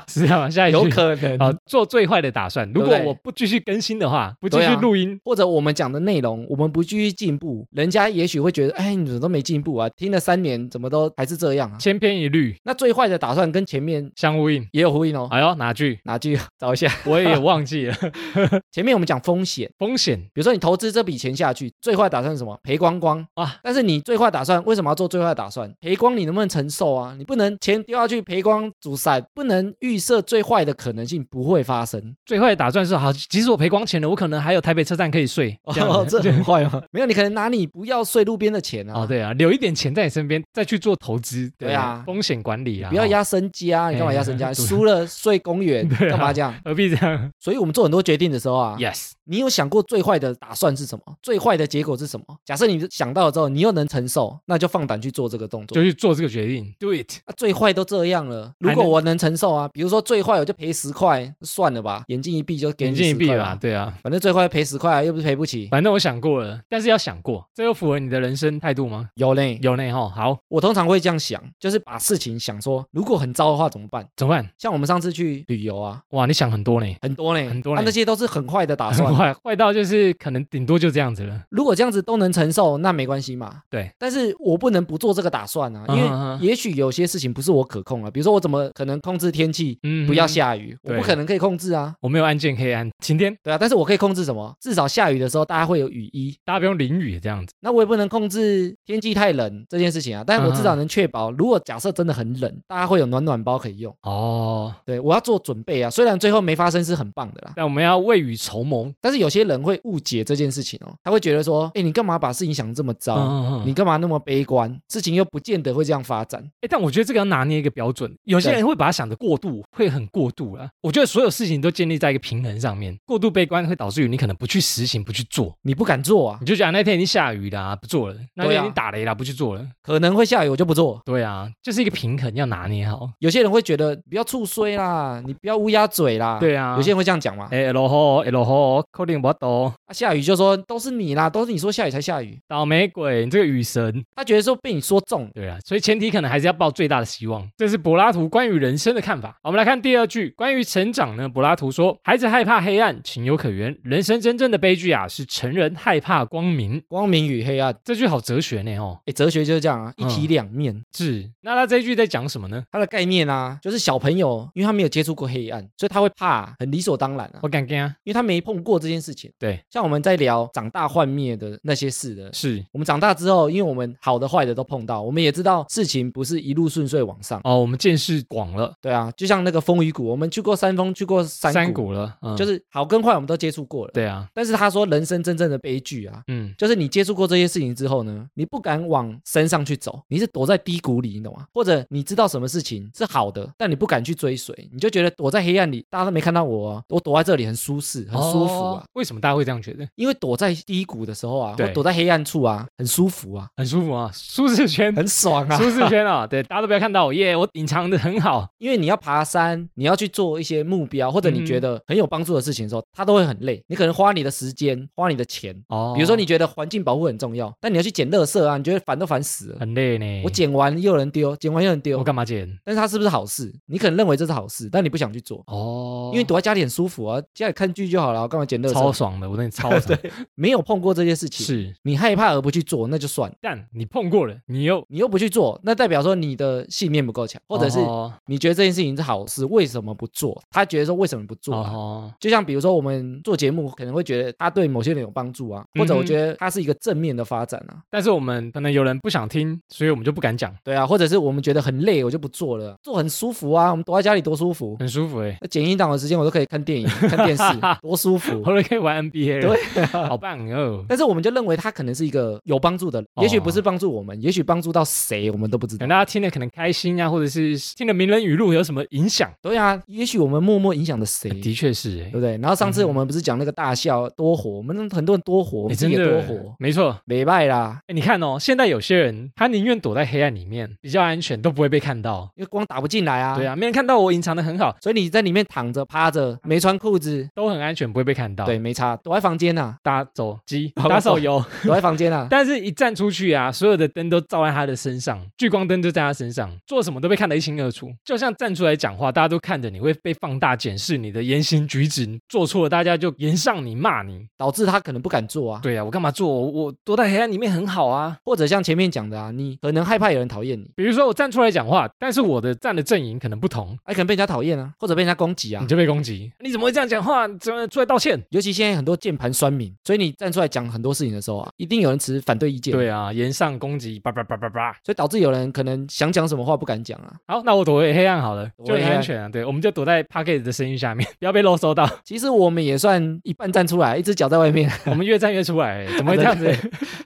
Speaker 1: 是啊，下一句
Speaker 2: 有可能
Speaker 1: 好做最坏的打算。如
Speaker 2: 对不
Speaker 1: 果
Speaker 2: 对
Speaker 1: 我不继续更新的话，不继
Speaker 2: 对
Speaker 1: 续
Speaker 2: 啊
Speaker 1: 录音，
Speaker 2: 或者我们讲的内容，我们不继续进步，人家也许会觉得，哎，你怎么都没进步啊？听了三年，怎么都还是这样啊？
Speaker 1: 千篇一律，
Speaker 2: 那最坏的打算跟前面
Speaker 1: 相呼应。
Speaker 2: 也有呼应哦。
Speaker 1: 哎呦，哪句
Speaker 2: 哪句？ 找一下。
Speaker 1: 我也忘记了。
Speaker 2: 前面我们讲风险，
Speaker 1: 风险
Speaker 2: 比如说你投资这笔钱下去，最坏打算是什么？赔光光
Speaker 1: 啊
Speaker 2: 啊！但是你最坏打算为什么要做最坏打算？赔光你能不能承受啊？你不能钱丢下去赔光阻塞，不能预设最坏的可能性不会发生。
Speaker 1: 最坏的打算是好，即使我赔光钱了，我可能还有台北车站可以睡。这样
Speaker 2: 哦，
Speaker 1: 子
Speaker 2: 这很坏吗？没有，你可能拿你不要睡路边的钱啊。
Speaker 1: 哦，对啊，留一点钱在你身边，再去做投资。
Speaker 2: 对啊
Speaker 1: 风险管理啊，
Speaker 2: 不要
Speaker 1: 哦，
Speaker 2: 压身家，你干嘛压身家？输了睡公园，
Speaker 1: 对啊
Speaker 2: 干嘛这样？
Speaker 1: 何必这样
Speaker 2: 所以我们做很多决定的时候啊，
Speaker 1: ？Yes，
Speaker 2: 你有想过最坏的打算是什么？最坏的结果是什么？假设你想到了之后，你又能承受，那就放胆去做这个动作。
Speaker 1: 就去做这个决定，do it。
Speaker 2: 啊最坏都这样了，如
Speaker 1: 还
Speaker 2: 果
Speaker 1: 能
Speaker 2: 我能承受啊，比如说最坏我就赔十块，算了吧，眼睛一闭就给
Speaker 1: 眼
Speaker 2: 你
Speaker 1: 睛一
Speaker 2: 10
Speaker 1: 闭
Speaker 2: 块嗯
Speaker 1: 啦，，对啊，
Speaker 2: 反正最坏赔十块啊，又不是赔不起。
Speaker 1: 反正我想过了，但是要想过，这有符合你的人生态度吗？
Speaker 2: 有嘞，
Speaker 1: 有内哈，好，
Speaker 2: 我通常会这样想，就是把事情想说，如果很糟的话怎么办？
Speaker 1: 怎么办？
Speaker 2: 像我们上次去旅游啊，
Speaker 1: 哇，你想很多呢，
Speaker 2: 很多呢，
Speaker 1: 很多
Speaker 2: 啊，
Speaker 1: 嘞
Speaker 2: 那些都是很坏的打
Speaker 1: 很
Speaker 2: 啊 算。
Speaker 1: 坏，坏到就是可能顶多就这样子了。
Speaker 2: 如果这样子都能承受，那没关系嘛。
Speaker 1: 对，
Speaker 2: 但是我不能不做这个打算啊，因
Speaker 1: 嗯哼
Speaker 2: 为
Speaker 1: 哼
Speaker 2: 也许有些事情不是我可控啊，比如说我怎么可能控制天气
Speaker 1: 嗯
Speaker 2: 不要，下雨？我
Speaker 1: 对
Speaker 2: 不可能可以控制啊。
Speaker 1: 我没有按键可以按晴天，
Speaker 2: 对啊，但是我可以控制什么？至少下雨的时候大家会有雨衣。
Speaker 1: 大家不用淋雨这样子。
Speaker 2: 那我也不能控制天气太冷这件事情啊，但我至
Speaker 1: 嗯
Speaker 2: 少能确保，如果假设真的很冷，大家会有暖暖包可以用。
Speaker 1: 哦，
Speaker 2: 对我要做准备啊，虽然最后没发生是很棒的啦，
Speaker 1: 但我们要未雨绸缪。
Speaker 2: 但是有些人会误解这件事情哦，他会觉得说，哎，你干嘛把事情想得这么糟？
Speaker 1: 嗯嗯
Speaker 2: 你
Speaker 1: 嗯。
Speaker 2: 干嘛那么悲观？事情又不见得会这样发展。
Speaker 1: 哎，但我觉得这个要拿捏一个标准，有些
Speaker 2: 对
Speaker 1: 人会把它想的过度，会很过度啦。我觉得所有事情都建立在一个平衡上面，过度悲观会导致于你可能不去实行，不去做，
Speaker 2: 你不敢做啊
Speaker 1: 你，就讲那天已经下雨啦，不做了；那
Speaker 2: 对
Speaker 1: 天
Speaker 2: 啊
Speaker 1: 已经打雷啦，不去做了。
Speaker 2: 可能会下雨，我就不做。
Speaker 1: 对啊，就是一个平衡要拿捏好。
Speaker 2: 有些人会觉得不要醋衰啦，你不要乌鸦嘴啦。
Speaker 1: 对啊
Speaker 2: 有些人会这样讲嘛。
Speaker 1: 哎，L 吼 L 吼，扣定我懂。
Speaker 2: 啊下雨就说都是你啦，都是你说下雨才下雨。
Speaker 1: 倒霉鬼，你这个雨神，
Speaker 2: 他觉得说被你说中了，
Speaker 1: 对啊，所以前提可能还是要抱最大的希望。这是柏拉图关于人生的看法。好我们来看第二句，关于成长呢，柏拉图说：“孩子害怕黑暗，情有可原；人生真正的悲剧啊，是成人害怕光明。
Speaker 2: 光明与黑暗”。
Speaker 1: 这句好哲学呢，哦，
Speaker 2: 哎，哲学就是这样啊，一
Speaker 1: 嗯
Speaker 2: 体两面。
Speaker 1: 是。那他这一句在讲什么呢？
Speaker 2: 它的概念啊，就是小朋友，因为他没有接触过黑暗，所以他会怕，很理所当然啊
Speaker 1: 我，敢跟啊，
Speaker 2: 因为他没碰过这件事情。
Speaker 1: 对，
Speaker 2: 像我们在聊长大幻灭的那些事的，
Speaker 1: 是
Speaker 2: 我们长大之后，因为我们好的坏的都碰到，我们也知道事情不是一路顺遂往上。
Speaker 1: 哦，我们见识广了，
Speaker 2: 对啊，就像那个风雨谷，我们去过山峰，去过山谷，
Speaker 1: 山谷了，嗯，
Speaker 2: 就是好跟坏我们都接触过了。，
Speaker 1: 对啊，
Speaker 2: 但是他说人生真正的悲剧啊。
Speaker 1: 嗯，
Speaker 2: 就是你接触过这些事情之后呢，你不敢往山上去走，你是躲在低谷里，你懂吗？或者你知道什么事情是好的，但你不敢去追随，你就觉得躲在黑暗里，大家都没看到我啊、我躲在这里很舒适，很舒服啊。
Speaker 1: 哦为什么大家会这样觉得？
Speaker 2: 因为躲在低谷的时候啊，
Speaker 1: 对
Speaker 2: 或躲在黑暗处啊，很舒服啊，
Speaker 1: 很舒服啊，舒适圈，
Speaker 2: 很爽啊。
Speaker 1: 舒适圈啊，对，大家都不要看到我耶，我隐藏的很好，
Speaker 2: 因为你要爬山，你要去做一些目标，或者你
Speaker 1: 嗯
Speaker 2: 觉得很有帮助的事情的时候，它都会很累。你可能花你的时间，花你的钱。
Speaker 1: 哦
Speaker 2: 比如说你觉得环境保护很重要，但你要去捡垃圾啊，你觉得烦都烦死了。
Speaker 1: 很累呢，
Speaker 2: 我捡完又有人丢，捡完又有人
Speaker 1: 我
Speaker 2: 丢，
Speaker 1: 干嘛剪？
Speaker 2: 但是它是不是好事？你可能认为这是好事，但你不想去做，
Speaker 1: 哦，
Speaker 2: 因为躲在家里很舒服啊，家里看剧就好了，我干嘛捡垃
Speaker 1: 超
Speaker 2: 圾？
Speaker 1: 爽的，我真的超 爽。
Speaker 2: 没有碰过这些事情，
Speaker 1: 是，
Speaker 2: 你害怕而不去做，那就算了。
Speaker 1: 但你碰过了，你又
Speaker 2: 你又不去做，那代表说你的信念不够强， 或者是
Speaker 1: 哦
Speaker 2: 你觉得这件事情是好事，为什么不做？他觉得说为什么不做、啊？
Speaker 1: 哦，
Speaker 2: 就像比如说我们做节目，可能会觉得它对某些人有帮助啊，或者
Speaker 1: 嗯哼
Speaker 2: 我觉得它是一个正面的发展啊，
Speaker 1: 但是我们可能有人不想听，所以我们就不敢讲，
Speaker 2: 对啊，或者是我们觉得很累，我就不做了，做很舒服啊，我们躲在家里多舒服，
Speaker 1: 很舒服哎，
Speaker 2: 那剪音档的时间我都可以看电影、看 电视，多舒服。
Speaker 1: 后来可以玩 NBA 了，
Speaker 2: 对啊、
Speaker 1: 好棒哦。
Speaker 2: 但是我们就认为它可能是一个有帮助的人，
Speaker 1: 哦
Speaker 2: 也许不是帮助我们，也许帮助到谁我们都不知
Speaker 1: 等
Speaker 2: 道。
Speaker 1: 大家听了可能开心啊，或者是听了名人语录有什么影响？
Speaker 2: 对啊，也许我们默默影响了谁。
Speaker 1: 的确是哎
Speaker 2: 对不，对？然后上次
Speaker 1: 嗯
Speaker 2: 我们不是讲那个大笑多火，我们很多人多火，我
Speaker 1: 你
Speaker 2: 们自
Speaker 1: 真
Speaker 2: 己也多
Speaker 1: 的
Speaker 2: 火，
Speaker 1: 没错。
Speaker 2: 没败啦，
Speaker 1: 哎，你看哦，现在有些人他宁愿躲在黑暗里面，比较安全，都不会被看到。
Speaker 2: 因为光打不进来啊。
Speaker 1: 对，啊，没人看到我隐藏的很好，
Speaker 2: 所以你在里面躺着、趴着，没穿裤子，
Speaker 1: 都很安全，不会被看到。
Speaker 2: 对，，没差，躲在房间呐、
Speaker 1: 打手机、
Speaker 2: 好
Speaker 1: 打手游，
Speaker 2: 躲在房间啊呐、
Speaker 1: 但是一站出去啊，所有的灯都照在他的身上，聚光灯就在他身上，做什么都被看得一清二楚。就像站出来讲话，大家都看着你，会被放大检视你的言行举止，做错了大家就言上你、骂你。
Speaker 2: 导致他可能不敢做啊。
Speaker 1: 对啊，我干嘛做？我我躲在黑暗里面很好啊。
Speaker 2: 或者像前面讲的啊，你可能害怕有人讨厌你，
Speaker 1: 比如说我站出来讲话，但是我的站的阵营可能不同，
Speaker 2: 哎，可能被人家讨厌啊，或者被人家攻击啊
Speaker 1: 你。就被攻击。你怎么会这样讲话？怎么出来道歉？
Speaker 2: 尤其现在很多键盘酸民，所以你站出来讲很多事情的时候啊，一定有人持反对意见。，
Speaker 1: 对啊，言上攻击，叭叭叭叭叭。
Speaker 2: 所以导致有人可能想讲什么话不敢讲啊。
Speaker 1: 好，那我躲回黑暗好了，
Speaker 2: 躲
Speaker 1: 就
Speaker 2: 回
Speaker 1: 很
Speaker 2: 黑暗
Speaker 1: 安全啊。对，我们就躲在 p a c k e t 的声音下面， 不要被漏收到。
Speaker 2: 其实我们也算一半站出来，一只脚在外面，
Speaker 1: 我们越站越出来、怎么会这样子？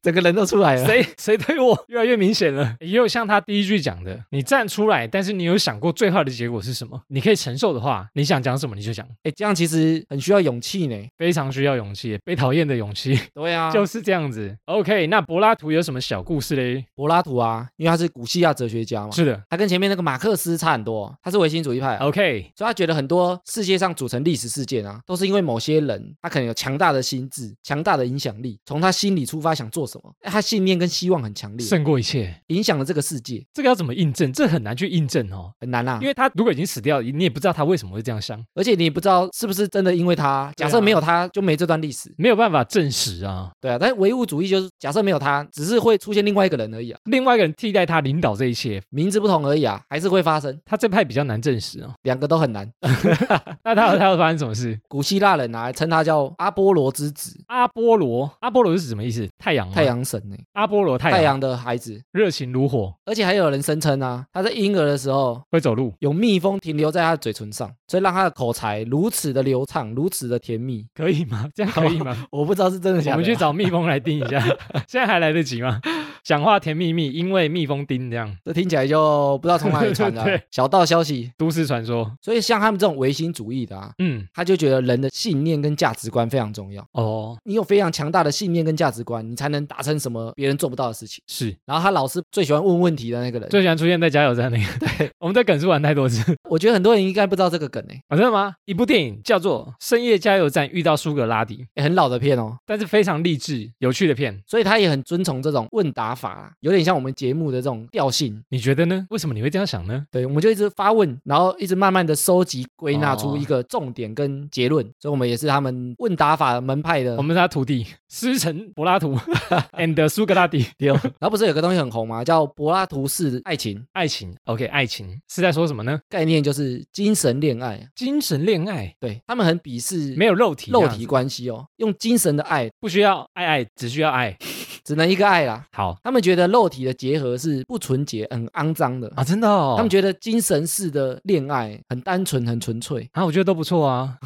Speaker 2: 整个人都出来 了。
Speaker 1: 谁谁对我越来越明显了。也有像他第一句讲的，你站出来，但是你有想过最坏的结果是什么？你可以承受的话，你想讲什么你就讲，
Speaker 2: 哎，这样其实很需要勇气呢。
Speaker 1: 非常需要勇气，被讨厌的勇气
Speaker 2: 对啊，
Speaker 1: 就
Speaker 2: 就是
Speaker 1: 这样子。OK，那柏拉图有什么小故事嘞？
Speaker 2: 柏拉图啊，因为他是古希腊哲学家嘛，
Speaker 1: 是的
Speaker 2: 他跟前面那个马克思差很多，他是唯心主义派、啊。
Speaker 1: ，OK，
Speaker 2: 所以他觉得很多世界上组成历史事件啊，都是因为某些人他可能有强大的心智、强大的影响力，从他心里出发想做什么，哎他信念跟希望很强烈，
Speaker 1: 胜过一切。
Speaker 2: 影响了这个世界，
Speaker 1: 这个要怎么印证？这很难去印证哦，
Speaker 2: 很难啊
Speaker 1: 因。为他如果已经死掉，你也不知道他为什么会这样想，
Speaker 2: 而且你也不知道是不是真的因为他，
Speaker 1: 对啊
Speaker 2: 假设没有他就没这段历史，
Speaker 1: 没有办法证实啊。
Speaker 2: 对啊。但是唯物主义就是假设没有他，只是会出现另外一个人而已啊，
Speaker 1: 另外一个人替代他领导这一切，
Speaker 2: 名字不同而已啊，还是会发生，
Speaker 1: 他这派比较难证实哦。
Speaker 2: 两个都很难。
Speaker 1: 那他他会发生什么事？
Speaker 2: 古希腊人啊称他叫阿波罗之子，
Speaker 1: 阿波罗，阿波罗是什么意思？太阳吗，啊
Speaker 2: 太阳啊神呢、
Speaker 1: 阿波罗太阳，
Speaker 2: 哦太阳的孩子。
Speaker 1: 热情如火，
Speaker 2: 而且还有人声称啊，他在婴儿的时候
Speaker 1: 会走路，
Speaker 2: 有蜜蜂停留在他的嘴唇上，所以让他的口才如此的流畅，如此的甜蜜。
Speaker 1: 可以吗？这样可以吗？
Speaker 2: 我不知道啊是真的假
Speaker 1: 我
Speaker 2: 的、
Speaker 1: 们去，找蜜蜂来叮一下， 现在还来得及吗？讲话甜蜜蜜，因为蜜蜂叮这样，
Speaker 2: 这听起来就不知道从哪里传的啊、
Speaker 1: 对
Speaker 2: 小道消息。
Speaker 1: 都市传说。
Speaker 2: 所以像他们这种唯心主义的啊，
Speaker 1: 嗯，
Speaker 2: 他就觉得人的信念跟价值观非常重要。
Speaker 1: 哦，
Speaker 2: 你有非常强大的信念跟价值观，你才能达成什么别人做不到的事情。
Speaker 1: 是
Speaker 2: 然后他老是最喜欢问问题的那个人，
Speaker 1: 最喜欢出现在加油站那个。对， 我们在梗是玩太多次。
Speaker 2: 我觉得很多人应该不知道这个梗诶、
Speaker 1: 啊，真的吗？一部电影叫做《深夜加油站遇到苏格拉底》，
Speaker 2: 欸很老的片哦。
Speaker 1: 但是非常励志、有趣的片。
Speaker 2: 所以他也很遵从这种问答法啊，有点像我们节目的这种调性。
Speaker 1: 你觉得呢？为什么你会这样想呢？
Speaker 2: 对，我们就一直发问，然后一直慢慢的收集归纳出
Speaker 1: 哦
Speaker 2: 一个重点跟结论。所以我们也是他们问答法门派的
Speaker 1: 我。们是他徒弟，师承柏拉图 and 苏格拉底。
Speaker 2: 对哦然后不是有个东西很红吗？叫柏拉图式爱情
Speaker 1: 爱情，OK，爱情是在说什么呢？
Speaker 2: 概念，就是精神恋爱啊。
Speaker 1: 精神恋爱，
Speaker 2: 对他们很鄙视
Speaker 1: 没有肉体，
Speaker 2: 肉体关系哦，用精神的爱，
Speaker 1: 不需要爱爱，只需要爱。
Speaker 2: 只能一个爱啦。
Speaker 1: 好
Speaker 2: 他们觉得肉体的结合是不纯洁、很肮脏的。
Speaker 1: 啊，真的哦。
Speaker 2: 他们觉得精神式的恋爱很单纯、很纯粹。
Speaker 1: 啊，我觉得都不错 啊，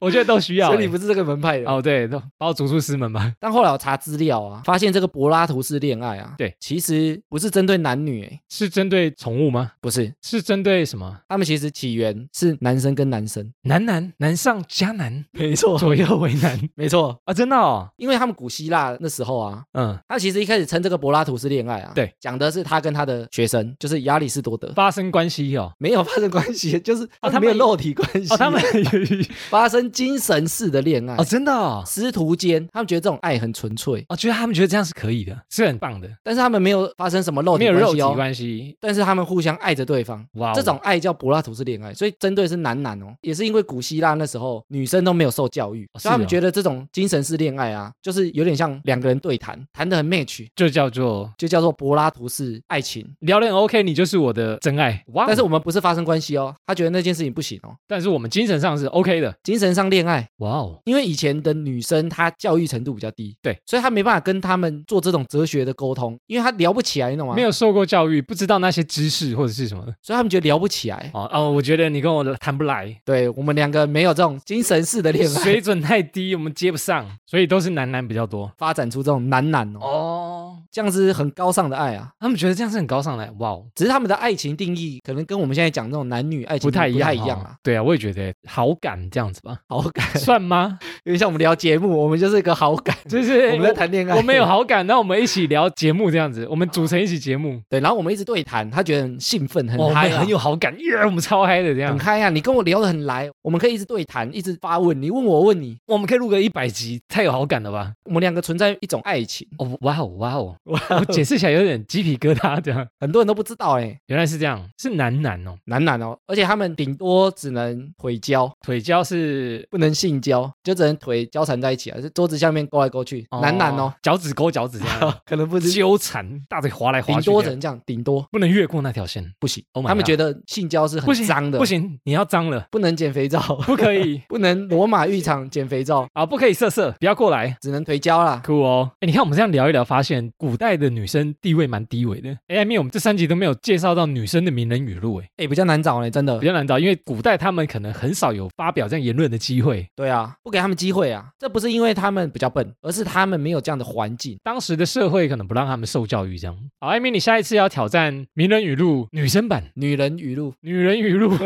Speaker 1: 我觉得都需要欸、
Speaker 2: 所以你不是这个门派的
Speaker 1: 哦，对，都把我逐出师门吧。
Speaker 2: 但后来我查资料啊，发现这个柏拉图式恋爱啊，
Speaker 1: 对
Speaker 2: 其实不是针对男女、欸，
Speaker 1: 是针对宠物吗？
Speaker 2: 不是，
Speaker 1: 是针对什么？
Speaker 2: 他们其实起源是男生跟男生，
Speaker 1: 男男男上加男，
Speaker 2: 没错，
Speaker 1: 左右为难
Speaker 2: 没错，
Speaker 1: 啊，真的哦。
Speaker 2: 因为他们古希腊那时候啊。
Speaker 1: 嗯，
Speaker 2: 他其实一开始称这个柏拉图式恋爱啊，
Speaker 1: 对，
Speaker 2: 讲的是他跟他的学生，就是亚里士多德，
Speaker 1: 发生关系哦。
Speaker 2: 没有发生关 系，就是
Speaker 1: 哦
Speaker 2: 他
Speaker 1: 他们
Speaker 2: 没有肉体关系，
Speaker 1: 哦，他们
Speaker 2: 发生精神式的恋爱
Speaker 1: 哦，，真的哦，
Speaker 2: 师徒间，他们觉得这种爱很纯粹，
Speaker 1: 我觉得他们觉得这样是可以的，是很棒的，
Speaker 2: 但是他们没有发生什么肉
Speaker 1: 没
Speaker 2: 体
Speaker 1: 有
Speaker 2: 关
Speaker 1: 肉体
Speaker 2: 系哦，
Speaker 1: 关系。
Speaker 2: 但是他们互相爱着对方，
Speaker 1: 哇哦，
Speaker 2: 这种爱叫柏拉图式恋爱，所以针对是男男哦，也是因为古希腊那时候女生都没有受教育，
Speaker 1: 哦
Speaker 2: 所以他
Speaker 1: 是哦
Speaker 2: 们觉得这种精神式恋爱啊，就是有点像两个人对谈，谈得很 match，
Speaker 1: 就叫做
Speaker 2: 就叫做柏拉图式爱情。
Speaker 1: 聊得很 OK，你就是我的真爱。哇哦，
Speaker 2: 但是我们不是发生关系哦，他觉得那件事情不行哦，
Speaker 1: 但是我们精神上是 OK 的。
Speaker 2: 精神上恋爱，
Speaker 1: 哇哦，
Speaker 2: 因为以前的女生她教育程度比较低，
Speaker 1: 对，
Speaker 2: 所以她没办法跟他们做这种哲学的沟通，因为她聊不起来，你懂吗？
Speaker 1: 没，有受过教育，不知道那些知识或者是什么的。
Speaker 2: 所以他们觉得聊不起来。
Speaker 1: 哦哦，我觉得你跟我谈不 来，
Speaker 2: 对我们两个没有这种精神式的恋爱，
Speaker 1: 水准太低，我们接不上，所以都是男男比较多。
Speaker 2: 发展出这种男男哦，
Speaker 1: 哦，
Speaker 2: 这样子很高尚的爱啊。
Speaker 1: 他们觉得这样是很高尚的，哇哦，
Speaker 2: 只是他们的爱情定义可能跟我们现在讲这种男女爱情
Speaker 1: 不太一样，
Speaker 2: 不太一样
Speaker 1: 哦
Speaker 2: 啊，，
Speaker 1: 对啊，我也觉得好感这样子 吧
Speaker 2: 好感，
Speaker 1: 算吗？
Speaker 2: 因为像我们聊节目，我们就是一个好 感，
Speaker 1: 就是
Speaker 2: 我们在谈恋 爱，
Speaker 1: 我们有好感，那我们一起聊节目这样 子，我们组成一起节目，
Speaker 2: 对，然后我们一直对谈，他觉得很兴奋，
Speaker 1: 哦我
Speaker 2: 很
Speaker 1: 们
Speaker 2: 嗨、啊，
Speaker 1: 很有好感，耶，我们超嗨的这样
Speaker 2: 很。嗨啊！你跟我聊得很来，我们可以一直对谈，一直发问，你问我问你，
Speaker 1: 我们可以录个一百集，太有好感了吧？
Speaker 2: 我们两个存在一种爱情，
Speaker 1: 哦，哇哦，哇哦，我解释起来有点鸡皮疙瘩，这样
Speaker 2: 很多人都不知道哎、
Speaker 1: 原来是这样，是男男哦，
Speaker 2: 男男哦，而且他们顶多只能腿交，
Speaker 1: 腿交是
Speaker 2: 不能性交，就只能腿交缠在一起啊，就桌子下面勾来勾去，男男哦，，
Speaker 1: 脚趾勾脚趾这样
Speaker 2: 可 能不是，
Speaker 1: 纠缠，大腿滑来滑
Speaker 2: 顶
Speaker 1: 去这
Speaker 2: 多只
Speaker 1: 样，
Speaker 2: 能这样，顶多
Speaker 1: 不能越过那条线。
Speaker 2: 不行，
Speaker 1: Oh my
Speaker 2: 他们
Speaker 1: God
Speaker 2: 觉得性交是
Speaker 1: 不
Speaker 2: 很
Speaker 1: 行，
Speaker 2: 脏的，
Speaker 1: 不行，你要脏了，
Speaker 2: 不能捡肥皂，
Speaker 1: 不可以
Speaker 2: 不能罗马浴场捡肥皂，
Speaker 1: 啊，不可以色色，不要过来。
Speaker 2: 只能腿交啦。
Speaker 1: 酷哦！哎，你看我们这样聊一聊，发现古古代的女生地位蛮低微的。哎，因为我们这三集都没有介绍到女生的名人语录，哎，
Speaker 2: 哎、比较难找嘞，真的
Speaker 1: 比。较难找，因为古代他们可能很少有发表这样言论的机会。
Speaker 2: 对啊，不给他们机会啊，这不是因为他们比较笨，而是他们没有这样的环境。
Speaker 1: 当时的社会可能不让他们受教育，这样。好，艾米，你下一次要挑战名人语录女生版、
Speaker 2: 女人语录，
Speaker 1: 女人语 录，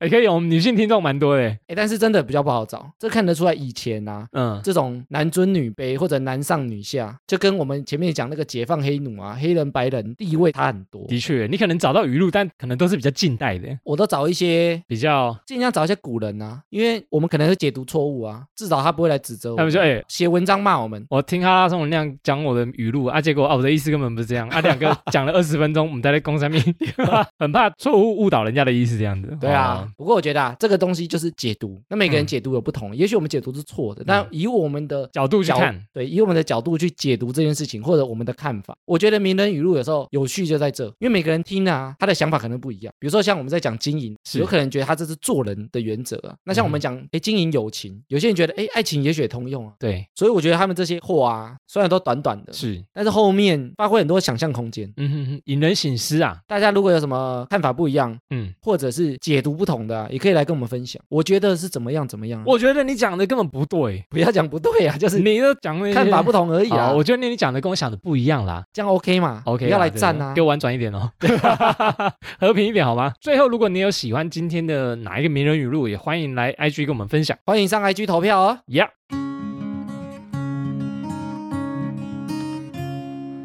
Speaker 1: 也可以，我们女性听众蛮多的。
Speaker 2: 哎，但是真的比较不好找，这看得出来以前啊。
Speaker 1: 嗯，
Speaker 2: 这种男尊女卑或者男上女下，就跟我们前面讲那个解放黑奴啊，黑人白人地位差很多。
Speaker 1: 的确，你可能找到语录，但可能都是比较近代的，
Speaker 2: 我都找一些，
Speaker 1: 比较
Speaker 2: 尽量找一些古人啊，因为我们可能会解读错误啊，至少他不会来指责我们。
Speaker 1: 他们说，哎
Speaker 2: 写文章骂我们，
Speaker 1: 我听哈拉松人那样讲我的语录啊，结果啊我的意思根本不是这样 啊，两个讲了二十分钟，我们待在公山 面，很怕错误误导人家的意思这样子。
Speaker 2: 对啊，
Speaker 1: 哦，嗯
Speaker 2: 不过我觉得啊，这个东西就是解读，那每个人解读有不同，也许我们解读是错的，但以我们的
Speaker 1: 角嗯度去
Speaker 2: 角
Speaker 1: 看，
Speaker 2: 对，以我们的角度去解读这件事情，或者我们的看法，我觉得名人语录有时候有趣就在这，因为每个人听啊，他的想法可能不一样。比如说像我们在讲经营，
Speaker 1: 是嗯
Speaker 2: 有可能觉得他这是做人的原则啊。那像我们讲，哎、经营友情，有些人觉得，哎，爱情也许也通用啊。
Speaker 1: 对，
Speaker 2: 所以我觉得他们这些话啊，虽然都短短的，
Speaker 1: 是，
Speaker 2: 但是后面发挥很多想象空间。
Speaker 1: 嗯哼哼，引人醒思啊，
Speaker 2: 大家如果有什么看法不一样，
Speaker 1: 嗯，
Speaker 2: 或者是解读不同的、啊，也可以来跟我们分享。我觉得是怎么样怎么样啊、
Speaker 1: 我觉得你讲的根本不对，
Speaker 2: 不要讲不对啊， 就是
Speaker 1: 你都讲那些
Speaker 2: 看法不同而已啊。
Speaker 1: 好我
Speaker 2: 我
Speaker 1: 觉得你讲的跟我想的不一样啦。
Speaker 2: 这样 OK 嘛
Speaker 1: OK，
Speaker 2: 不要
Speaker 1: 啦
Speaker 2: 来
Speaker 1: 对
Speaker 2: 站啊
Speaker 1: 给。我婉转一点哦， 和平一点好吗？最后，如果你有喜欢今天的哪一个名人语录，也欢迎来 IG 跟我们分享。
Speaker 2: 欢迎上 IG 投票哦。
Speaker 1: Yeah。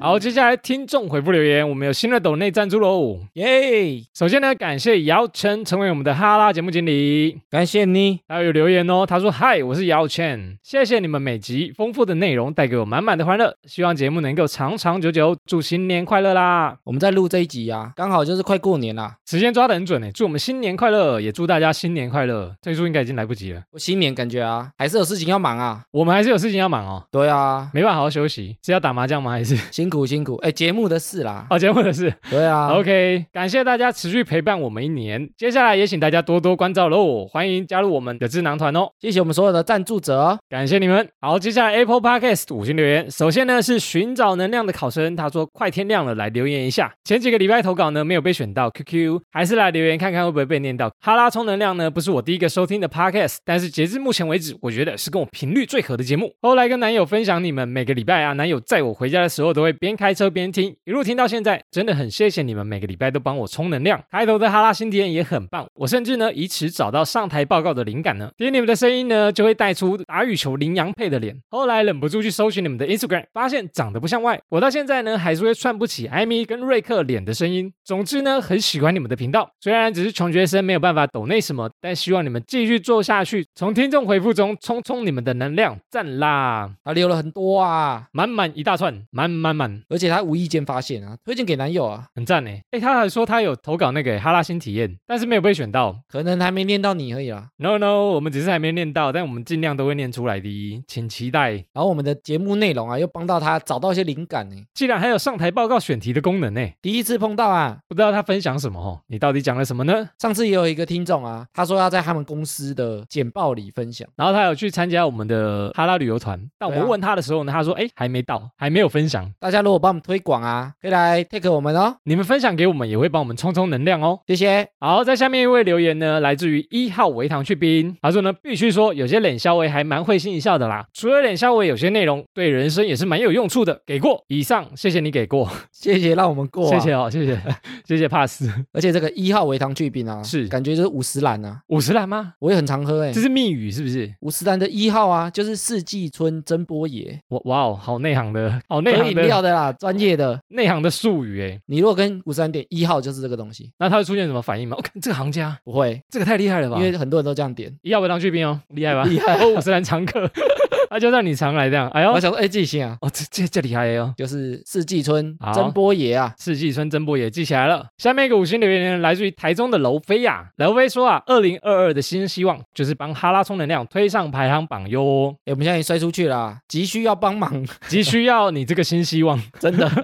Speaker 1: 好，接下来听众回复留言，我们有新的抖内赞助喽。
Speaker 2: 耶！
Speaker 1: 首先呢，感谢姚晨成为我们的哈拉节目经理。
Speaker 2: 感谢你，
Speaker 1: 还有留言哦，他说：“嗨，我是姚倩，谢谢你们每集丰富的内容带给我满满的欢乐，希望节目能够长长久久，祝新年快乐啦！
Speaker 2: 我们在录这一集啊，刚好就是快过年啦。
Speaker 1: 时间抓得很准诶，欸祝我们新年快乐，也祝大家新年快乐。退出应该已经来不及了，
Speaker 2: 我新年感觉啊，还是有事情要忙啊。
Speaker 1: 我们还是有事情要忙哦，
Speaker 2: 对啊，
Speaker 1: 没办法好好休息，是要打麻将吗？还是。
Speaker 2: 辛苦辛苦。哎，节目的事啦
Speaker 1: 哦，节目的事？
Speaker 2: 对 啊
Speaker 1: OK，感谢大家持续陪伴我们一年，接下来也请大家多多关照喽，欢迎加入我们的智囊团哦，
Speaker 2: 谢谢我们所有的赞助者哦。
Speaker 1: 感谢你们。好，接下来 Apple Podcast 五星留言，首先呢是寻找能量的考生，他说快天亮了，来留言一下。前几个礼拜投稿呢没有被选到，QQ 还是来留言看看会不会被念到。哈拉充能量呢不是我第一个收听的 Podcast，但是截至目前为止，我觉得是跟我频率最合的节目。后来跟男友分享你们每个礼拜啊，男友载我回家的时候都会边开车边听，一路听到现在，真的很谢谢你们每个礼拜都帮我充能量。开头的哈拉新体验也很棒，我甚至呢以此找到上台报告的灵感呢。听你们的声音呢，就会带出打羽球羚羊配的脸。后来忍不住去搜寻你们的 Instagram，发现长得不像外，我到现在呢还是会串不起艾米跟瑞克脸的声音。总之呢，很喜欢你们的频道，虽然只是穷学生没有办法抖内什么，但希望你们继续做下去，从听众回复中充充你们的能量，赞啦！
Speaker 2: 他留了很多啊，
Speaker 1: 满满一大串，满满满，
Speaker 2: 而且他无意间发现啊，推荐给男友啊，
Speaker 1: 很赞呢。哎，他还说他有投稿那个哈拉新体验，但是没有被选到。
Speaker 2: 可能还没念到你而已啦。
Speaker 1: No no，我们只是还没念到，但我们尽量都会念出来的，请期待。
Speaker 2: 然后我们的节目内容啊，又帮到他找到一些灵感呢。
Speaker 1: 既然还有上台报告选题的功能呢，
Speaker 2: 第一次碰到啊，
Speaker 1: 不知道他分享什么哦？你到底讲了什么呢？
Speaker 2: 上次也有一个听众啊，他说要在他们公司的简报里分享。
Speaker 1: 然后他有去参加我们的哈拉旅游团，但我
Speaker 2: 对
Speaker 1: 们
Speaker 2: 啊
Speaker 1: 问他的时候呢，他说：“哎，还没到，还没有分享。
Speaker 2: 大家如果帮我们推广啊，可以来 take 我们哦，
Speaker 1: 你们分享给我们，也会帮我们充充能量哦。”
Speaker 2: 谢谢。
Speaker 1: 好，在下面一位留言呢，来自于一号维糖去冰，他说呢，必须说有些冷笑维还蛮会心一笑的啦。除了冷笑维，有些内容对人生也是蛮有用处的。给过，以上，谢谢你给过，
Speaker 2: 谢谢让我们过、啊，
Speaker 1: 谢谢。哦，谢谢，谢谢 pass。
Speaker 2: 而且这个一号维糖去冰啊，
Speaker 1: 是
Speaker 2: 感觉就是五十兰啊，
Speaker 1: 五十兰吗？
Speaker 2: 我也很常喝哎、
Speaker 1: 这是密语是不是？
Speaker 2: 五十兰的一号啊，就是四季春蒸波野，
Speaker 1: 哇哇哦，好内行的，好内
Speaker 2: 有
Speaker 1: 行
Speaker 2: 饮料
Speaker 1: 的
Speaker 2: 的啦，专业的。
Speaker 1: 内行的术语哎。
Speaker 2: 你如果跟五十兰点一号，就是这个东西，
Speaker 1: 那他会出现什么反应吗？我、哦看这个行家，
Speaker 2: 不会，
Speaker 1: 这个太厉害了吧！
Speaker 2: 因为很多人都这样点。
Speaker 1: 一号维糖去冰哦，厉害吧？
Speaker 2: 厉害
Speaker 1: 哦， 五十兰常客， 他就让你常来这样。哎呦
Speaker 2: 我，想说，哎、自己信啊，
Speaker 1: 哦，这这这厉害哦。
Speaker 2: 就是四季春
Speaker 1: 好
Speaker 2: 蒸波野啊，
Speaker 1: 四季春真波也记起来了。下面一个五星留言呢，来自于台中的楼飞呀、楼飞说啊，二零二二的新希望就是帮哈拉充能量推上排行榜哟，
Speaker 2: 啊哎、我们现在也摔出去啦，急需要帮忙，
Speaker 1: 急需要你这个新希望。
Speaker 2: 真的。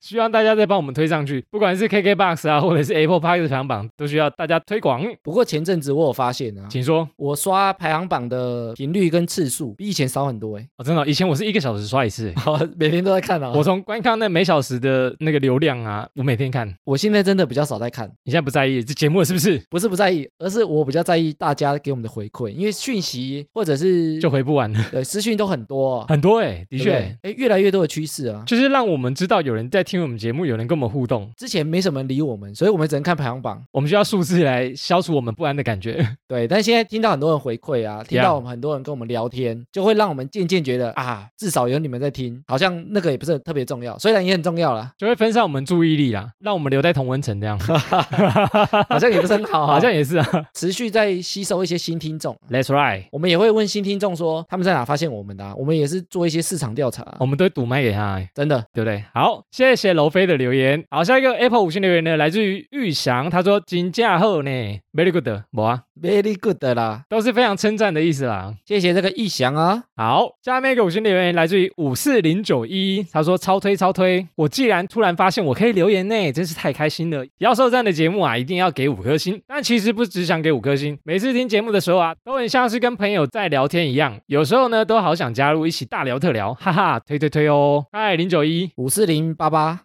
Speaker 1: 希望大家再帮我们推上去，不管是 KKBox 啊，或者是 Apple Podcast 排行榜，都需要大家推广。
Speaker 2: 不过前阵子我有发现啊，
Speaker 1: 请说
Speaker 2: 我刷排行榜的频率跟次数比以前少很多哎、
Speaker 1: 哦，真的哦、以前我是一个小时刷一次，
Speaker 2: 好，每天都在看啊。
Speaker 1: 我
Speaker 2: 我
Speaker 1: 从观看那每小时的那个流量啊，我每天看。
Speaker 2: 我现在真的比较少在看，
Speaker 1: 你现在不在意这节目了是不是？
Speaker 2: 不是不在意，而是我比较在意大家给我们的回馈，因为讯息或者是
Speaker 1: 就回不完了，
Speaker 2: 对私讯都很多，啊
Speaker 1: 很多哎、的
Speaker 2: 对不
Speaker 1: 确、
Speaker 2: 对哎越来越多的趋势啊。
Speaker 1: 就是让我们知道有人在听我们节目，有人跟我们互动，
Speaker 2: 之前没什么人理我们，所以我们只能看排行榜。
Speaker 1: 我们需要数字来消除我们不安的感觉。
Speaker 2: 对，但现在听到很多人回馈啊，听
Speaker 1: Yeah
Speaker 2: 到我们很多人跟我们聊天，就会让我们渐渐觉得啊，至少有你们在听，好像那个也不是特别重要，虽然也很重要啦，
Speaker 1: 就会分散我们注意力啦，让我们留在同温层这 样，
Speaker 2: 好像也不是很好啊、
Speaker 1: 好像也是啊。
Speaker 2: 持续在吸收一些新听众。
Speaker 1: That's right，
Speaker 2: 我们也会问新听众说他们在哪发现我们的、啊，我们也是做一些市场调查啊、
Speaker 1: 我们都会堵麦给他、欸，
Speaker 2: 真的
Speaker 1: 对不对？好，谢谢楼飞的留言。好，下一个 Apple 五星留言呢，来自于玉祥，他说金价后呢，very good，我啊，
Speaker 2: very good 的啦，
Speaker 1: 都是非常称赞的意思啦。
Speaker 2: 谢谢这个逸翔啊，
Speaker 1: 好，下面一个五星留言来自于五四零九一，他说超推超推，我既然突然发现我可以留言呢，真是太开心了。妖兽战的节目啊，一定要给五颗星，但其实不只想给五颗星，每次听节目的时候啊，都很像是跟朋友在聊天一样，有时候呢都好想加入一起大聊特聊，哈哈，推推推哦。嗨，零九一，
Speaker 2: 五四零八 八，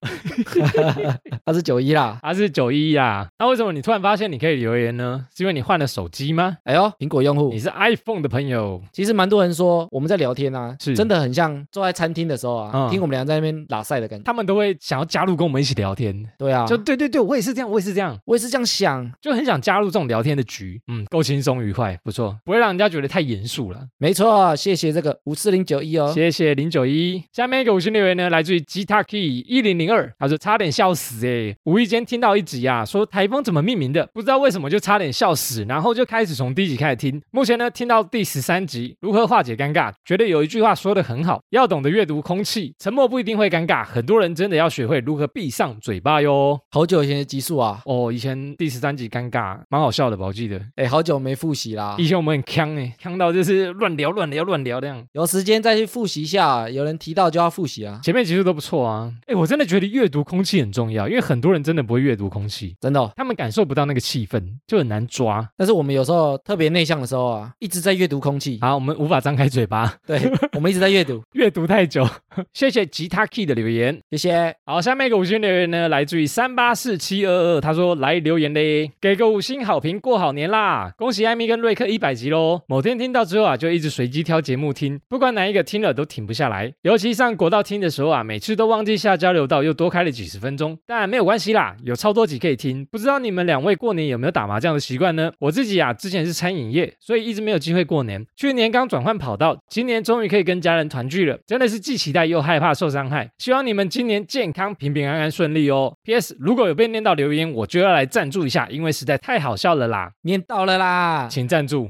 Speaker 2: 他是九一啦，
Speaker 1: 他是九一啊，那为什么你突然发现你可以留言呢？是因为你换了手机吗？
Speaker 2: 哎呦，苹果用户
Speaker 1: 你。是 iPhone 的朋友，
Speaker 2: 其实蛮多人说我们在聊天啊，
Speaker 1: 是
Speaker 2: 真的很像坐在餐厅的时候啊，
Speaker 1: 嗯
Speaker 2: 听我们俩在那边拉塞的感觉。
Speaker 1: 他们都会想要加入跟我们一起聊天，
Speaker 2: 对啊，
Speaker 1: 就
Speaker 2: 就
Speaker 1: 对对对，我也是这样，我也是这样。
Speaker 2: 我也是这样想，
Speaker 1: 就很想加入这种聊天的局，嗯，够轻松愉快，不错，不会让人家觉得太严肃了。
Speaker 2: 没错，啊谢谢这个五四零九一哦，
Speaker 1: 谢谢零九一，下面一个五星留言呢，来自于吉他 key 一零零二，他说差点笑死哎、无意间听到一集啊，说台风怎么命名的，不知道为什么就差点笑死，然后就开始从第一集开始听，目前呢听到第十三集，如何化解尴尬，觉得有一句话说的很好，要懂得阅读空气，沉默不一定会尴尬，很多人真的要学会如何闭上嘴巴哟。
Speaker 2: 好久以前的集数啊，
Speaker 1: 哦，以前第十三集尴尬，蛮好笑的吧？我记得。
Speaker 2: 哎，好久没复习啦，
Speaker 1: 以前我们很坑哎、欸，坑到就是乱聊乱聊乱聊这样。
Speaker 2: 有时间再去复习一下，有人提到就要复习啊，
Speaker 1: 前面其实都不错啊，哎、我真的觉得阅读空气很重要，因为很多人真的不会阅读空气，
Speaker 2: 真的哦。
Speaker 1: 他们感受不到那个气氛，就很难抓。
Speaker 2: 但是我们有时候特别内向的时候啊，一直在阅读空气，
Speaker 1: 好，我们无法张开嘴巴，
Speaker 2: 对我们一直在阅读，
Speaker 1: 阅读太久。 谢谢吉他 key 的留言。
Speaker 2: 谢谢，
Speaker 1: 好，下面一个五星留言呢，来自于三八四七二二，他说来留言嘞，给个五星好评，过好年啦！恭喜艾米跟瑞克一百集喽！某天听到之后啊，就一直随机挑节目听，不管哪一个听了都停不下来。尤其上国道听的时候啊，每次都忘记下交流道，又多开了几十分钟，但没有关系啦，有超多集可以听。不知道你们两位过年有没有打麻将的习惯呢？我自己啊，之前是餐饮业，所以一直没有机会过年。去年刚转换跑道，今年终于可以跟家人团聚了，真的是既期待又害怕受伤害。希望你们今年健康、平平安安、顺利哦。P.S. 如果有被念到留言，我就要来赞助一下，因为实在太好笑了啦，
Speaker 2: 念到了 啦，
Speaker 1: 请赞助。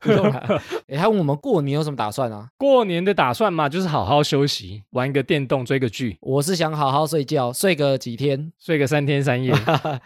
Speaker 2: 不用了。哎，他问我们过年有什么打算啊？
Speaker 1: 过年的打算嘛，就是好好休息，玩个电动，追个剧，
Speaker 2: 我是想好好睡觉，睡个几天，
Speaker 1: 睡个三天三夜，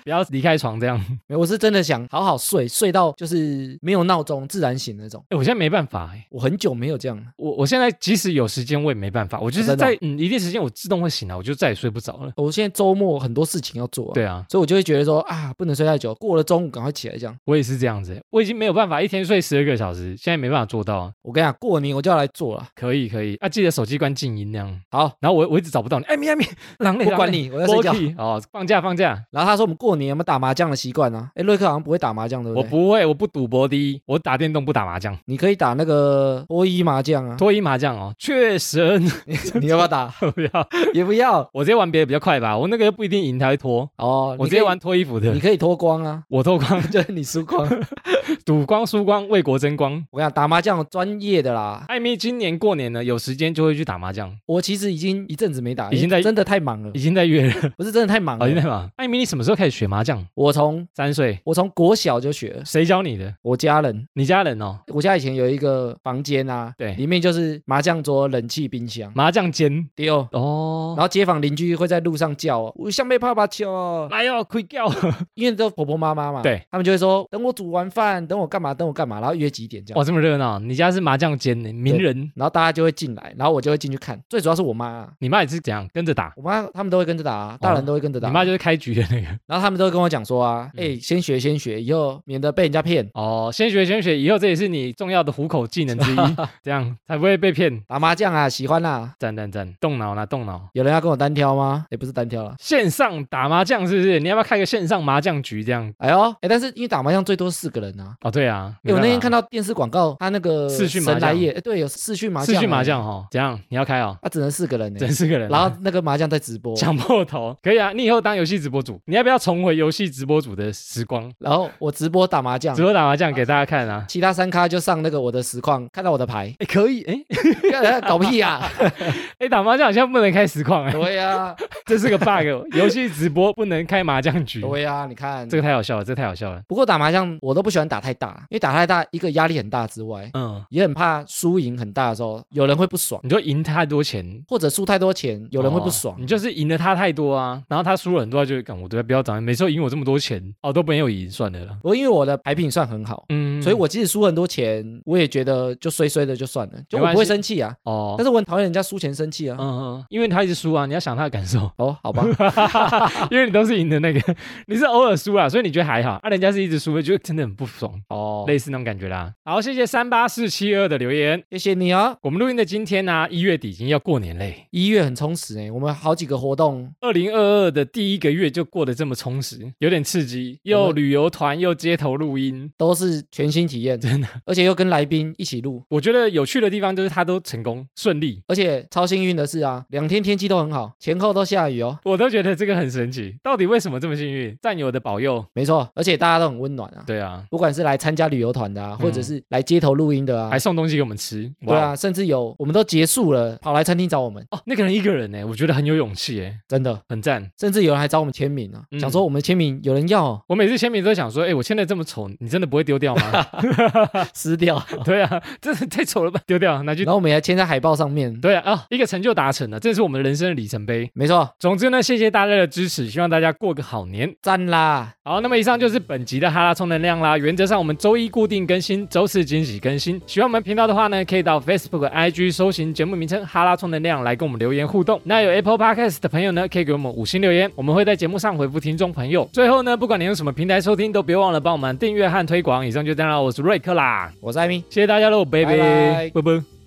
Speaker 1: 不要离开床这样。
Speaker 2: 没有我是真的想好好睡，睡到就是没有闹钟自然醒那种。
Speaker 1: 哎，我现在没办法哎。
Speaker 2: 我很久没有这样了，
Speaker 1: 我我现在即使有时间，我也没办法，我就
Speaker 2: 哦
Speaker 1: 是
Speaker 2: 真的哦
Speaker 1: 在、嗯一定时间我自动会醒来，我就再也睡不着了。
Speaker 2: 我现在周末很多事情要做、啊，
Speaker 1: 对，啊，
Speaker 2: 所以我就会觉得说啊，不能睡太久，过了中午赶快起来这样。
Speaker 1: 我也是这样子欸，我已经没有办法一天睡十二个小时，现在没办法做到啊。
Speaker 2: 我跟你讲，过年我就要来做了。
Speaker 1: 可以可以，啊，记得手机关静音那样。
Speaker 2: 好，
Speaker 1: 然后我我一直找不到你，哎咪哎咪，狼嘞，
Speaker 2: 不管
Speaker 1: 狼嘞
Speaker 2: 你，我要睡觉。
Speaker 1: Loki，哦，放假放假，
Speaker 2: 然后他说我们过年有没有打麻将的习惯啊？哎，瑞克好像不会打麻将，对不
Speaker 1: 我
Speaker 2: 对？，
Speaker 1: 不会，我不赌博的，我打电动不打麻将，
Speaker 2: 你可以打那个脱衣麻将啊。
Speaker 1: 脱衣麻将哦，确实
Speaker 2: 你要不 要打？
Speaker 1: 不要，
Speaker 2: 也不要
Speaker 1: 我直接玩别的比较快吧，我那个又不一定赢才会脱，
Speaker 2: 哦。
Speaker 1: 我直
Speaker 2: 你可以
Speaker 1: 接玩脱衣服
Speaker 2: 你
Speaker 1: 的，，
Speaker 2: 可以脱光啊
Speaker 1: 我脱光，
Speaker 2: 就是你输光。
Speaker 1: 赌光输光，为国争光。
Speaker 2: 我跟你讲，打麻将有专业的啦。
Speaker 1: 艾米今年过年呢，有时间就会去打麻将，
Speaker 2: 我其实已经一阵子没打，
Speaker 1: 已经在
Speaker 2: 真的太忙了
Speaker 1: 已，经在约 了，
Speaker 2: 不是真的太忙
Speaker 1: 哦，已经
Speaker 2: 了。
Speaker 1: 在忙。艾米，你什么时候开始学麻将？
Speaker 2: 我从
Speaker 1: 三岁，
Speaker 2: 我从国小就学了，
Speaker 1: 谁教你的？
Speaker 2: 我家人，
Speaker 1: 你家人哦，
Speaker 2: 我家以前有一个房间啊，
Speaker 1: 对
Speaker 2: 里面就是麻将桌、冷气、冰箱，
Speaker 1: 麻将间
Speaker 2: 对哦。
Speaker 1: 哦
Speaker 2: 然，后街坊邻居会在路上叫哦，我想被爸爸敲哦，
Speaker 1: 来哦，亏掉。
Speaker 2: 因为都婆婆妈妈嘛，
Speaker 1: 对，
Speaker 2: 他们就会说等我煮完饭，等我干嘛，等我干嘛，然后约几点这 样，
Speaker 1: 哇，这么热闹！你家是麻将间呢，名人。
Speaker 2: 然后大家就会进来，然后我就会进去看，最主要是我妈啊、
Speaker 1: 你妈也是怎样跟着打？
Speaker 2: 我妈他们都都会跟着打啊，大人都会跟着打。
Speaker 1: 哦你妈就是开局的那个
Speaker 2: 然后他们都会跟我讲说啊，哎、
Speaker 1: 嗯
Speaker 2: 先学先学，以后免得被人家骗。
Speaker 1: 哦，先学先学，以后这也是你重要的糊口技 能之一，这样才不会被骗。
Speaker 2: 打麻将啊，喜欢啊。
Speaker 1: 赞赞赞，动脑啦，动脑。
Speaker 2: 有人要跟我单挑吗？哎也不是单挑了。
Speaker 1: 线上打麻将是不是？你要不要开个线上麻将局这样？
Speaker 2: 哎呦，哎，但是因为打麻将最多四个人啊。
Speaker 1: 哦，对啊，
Speaker 2: 哎，我那天看
Speaker 1: 到
Speaker 2: 到电视广告，他那个
Speaker 1: 视讯麻
Speaker 2: 神来
Speaker 1: 将
Speaker 2: 也，哎对，有视讯麻将，哎
Speaker 1: 四去麻，将哦，怎样？你要开哦，
Speaker 2: 他只能四个人呢
Speaker 1: 整。四个人啊。
Speaker 2: 然后那个麻将在直播，
Speaker 1: 抢破头可以啊，你以后当游戏直播主，你要不要重回游戏直播主的时光？
Speaker 2: 然后我直播打麻将
Speaker 1: 直，播打麻将给大家看啊。，
Speaker 2: 其他三咖就上那个我的实况，看到我的牌
Speaker 1: 哎、可以，哎、
Speaker 2: 搞屁呀、
Speaker 1: 哎、打麻将好像不能开实况 哎、
Speaker 2: 对呀、
Speaker 1: 这是个 bug，游戏直播不能开麻将局，
Speaker 2: 对呀、你 看
Speaker 1: 这个太好笑了，这个太好笑了。
Speaker 2: 不过打麻将我都不喜欢打太大，因为打太大一个压力很大之外，
Speaker 1: 嗯，
Speaker 2: 也很怕输赢很大的时候有人会不爽，
Speaker 1: 你就赢太多钱，
Speaker 2: 或者输太多钱有人会不
Speaker 1: 哦
Speaker 2: 爽。
Speaker 1: 你就是赢了他太多啊，然后他输了很多，他就干我对他不要涨，每次都赢我这么多钱，哦都没有赢算了啦。
Speaker 2: 我因为我的牌品算很好，
Speaker 1: 嗯
Speaker 2: 所以我即使输很多钱，我也觉得就衰衰的就算了，就
Speaker 1: 没关
Speaker 2: 我
Speaker 1: 系
Speaker 2: 不会生气啊。
Speaker 1: 哦
Speaker 2: 但。是我很讨厌人家输钱生气啊。，
Speaker 1: 嗯嗯，因为他一直输啊，你要想他的感受
Speaker 2: 哦， 好吧，
Speaker 1: 因为你都是赢的那个，你是偶尔输啦，所以你觉得还好，啊，人家是一直输，我觉得真的很不爽，
Speaker 2: 哦，
Speaker 1: 类似那种感觉啦。好，谢谢三八四七二的留言。
Speaker 2: 谢谢你啊。
Speaker 1: 我们录音的今天呢、一月底已经要过年嘞，
Speaker 2: 一月很充实哎、我们好几个活动，
Speaker 1: 二零二二的第一个月就过得这么充实，有点刺激，又旅游团又街头录音。
Speaker 2: 都是全新体验，
Speaker 1: 真的，
Speaker 2: 而且又跟来宾一起录，
Speaker 1: 我觉得有趣的地方就是它都成功顺利，
Speaker 2: 而且超幸运的是啊，两天天气都很好，前后都下雨哦。
Speaker 1: 我都觉得这个很神奇。到底为什么这么幸运？战友的保佑。
Speaker 2: 没错，而且大家都很温暖啊，
Speaker 1: 对啊，
Speaker 2: 不管是来参加旅游团的啊，或者
Speaker 1: 嗯
Speaker 2: 是来街头录音的啊
Speaker 1: 还，送东西给我们吃。
Speaker 2: 对
Speaker 1: 哇。哦
Speaker 2: 啊，甚至有我们都结束了，跑来餐厅找我们，
Speaker 1: 哦，那个人一个人呢，我觉得很有勇气哎，
Speaker 2: 真的，
Speaker 1: 很赞。
Speaker 2: 甚至有人还找我们签名啊，
Speaker 1: 嗯
Speaker 2: 想说我们签名有人要 哦
Speaker 1: 我每次签名都想说，哎，我签的这么丑，你真的不会丢掉吗？
Speaker 2: 撕掉，
Speaker 1: 对啊，真的太丑了吧，丢掉拿去
Speaker 2: 然。后我们也签在海报上面，
Speaker 1: 对啊，啊、一个成就达成了，这是我们人生的里程碑。
Speaker 2: 没错，
Speaker 1: 总之呢，谢谢大家的支持，希望大家过个好年。
Speaker 2: 赞啦，
Speaker 1: 好，那么以上就是本集的哈拉充能量啦。原则上我们周一固定更新，周四惊喜更新。喜欢我们频道的话呢，可以到 Facebook、IG 搜寻节目名称“哈拉充能量”来跟我们留言互动。那有 Apple Podcast 的朋友呢，可以给我们五星留言，我们会在节目上回复听众朋友。最后呢，不管你用什么平台收听，都别忘了帮我们订阅和推广。以上就这样啦，我是瑞克啦，
Speaker 2: 我是艾米。
Speaker 1: 谢谢大家喽，拜
Speaker 2: 拜
Speaker 1: 拜，拜
Speaker 2: 拜
Speaker 1: 拜。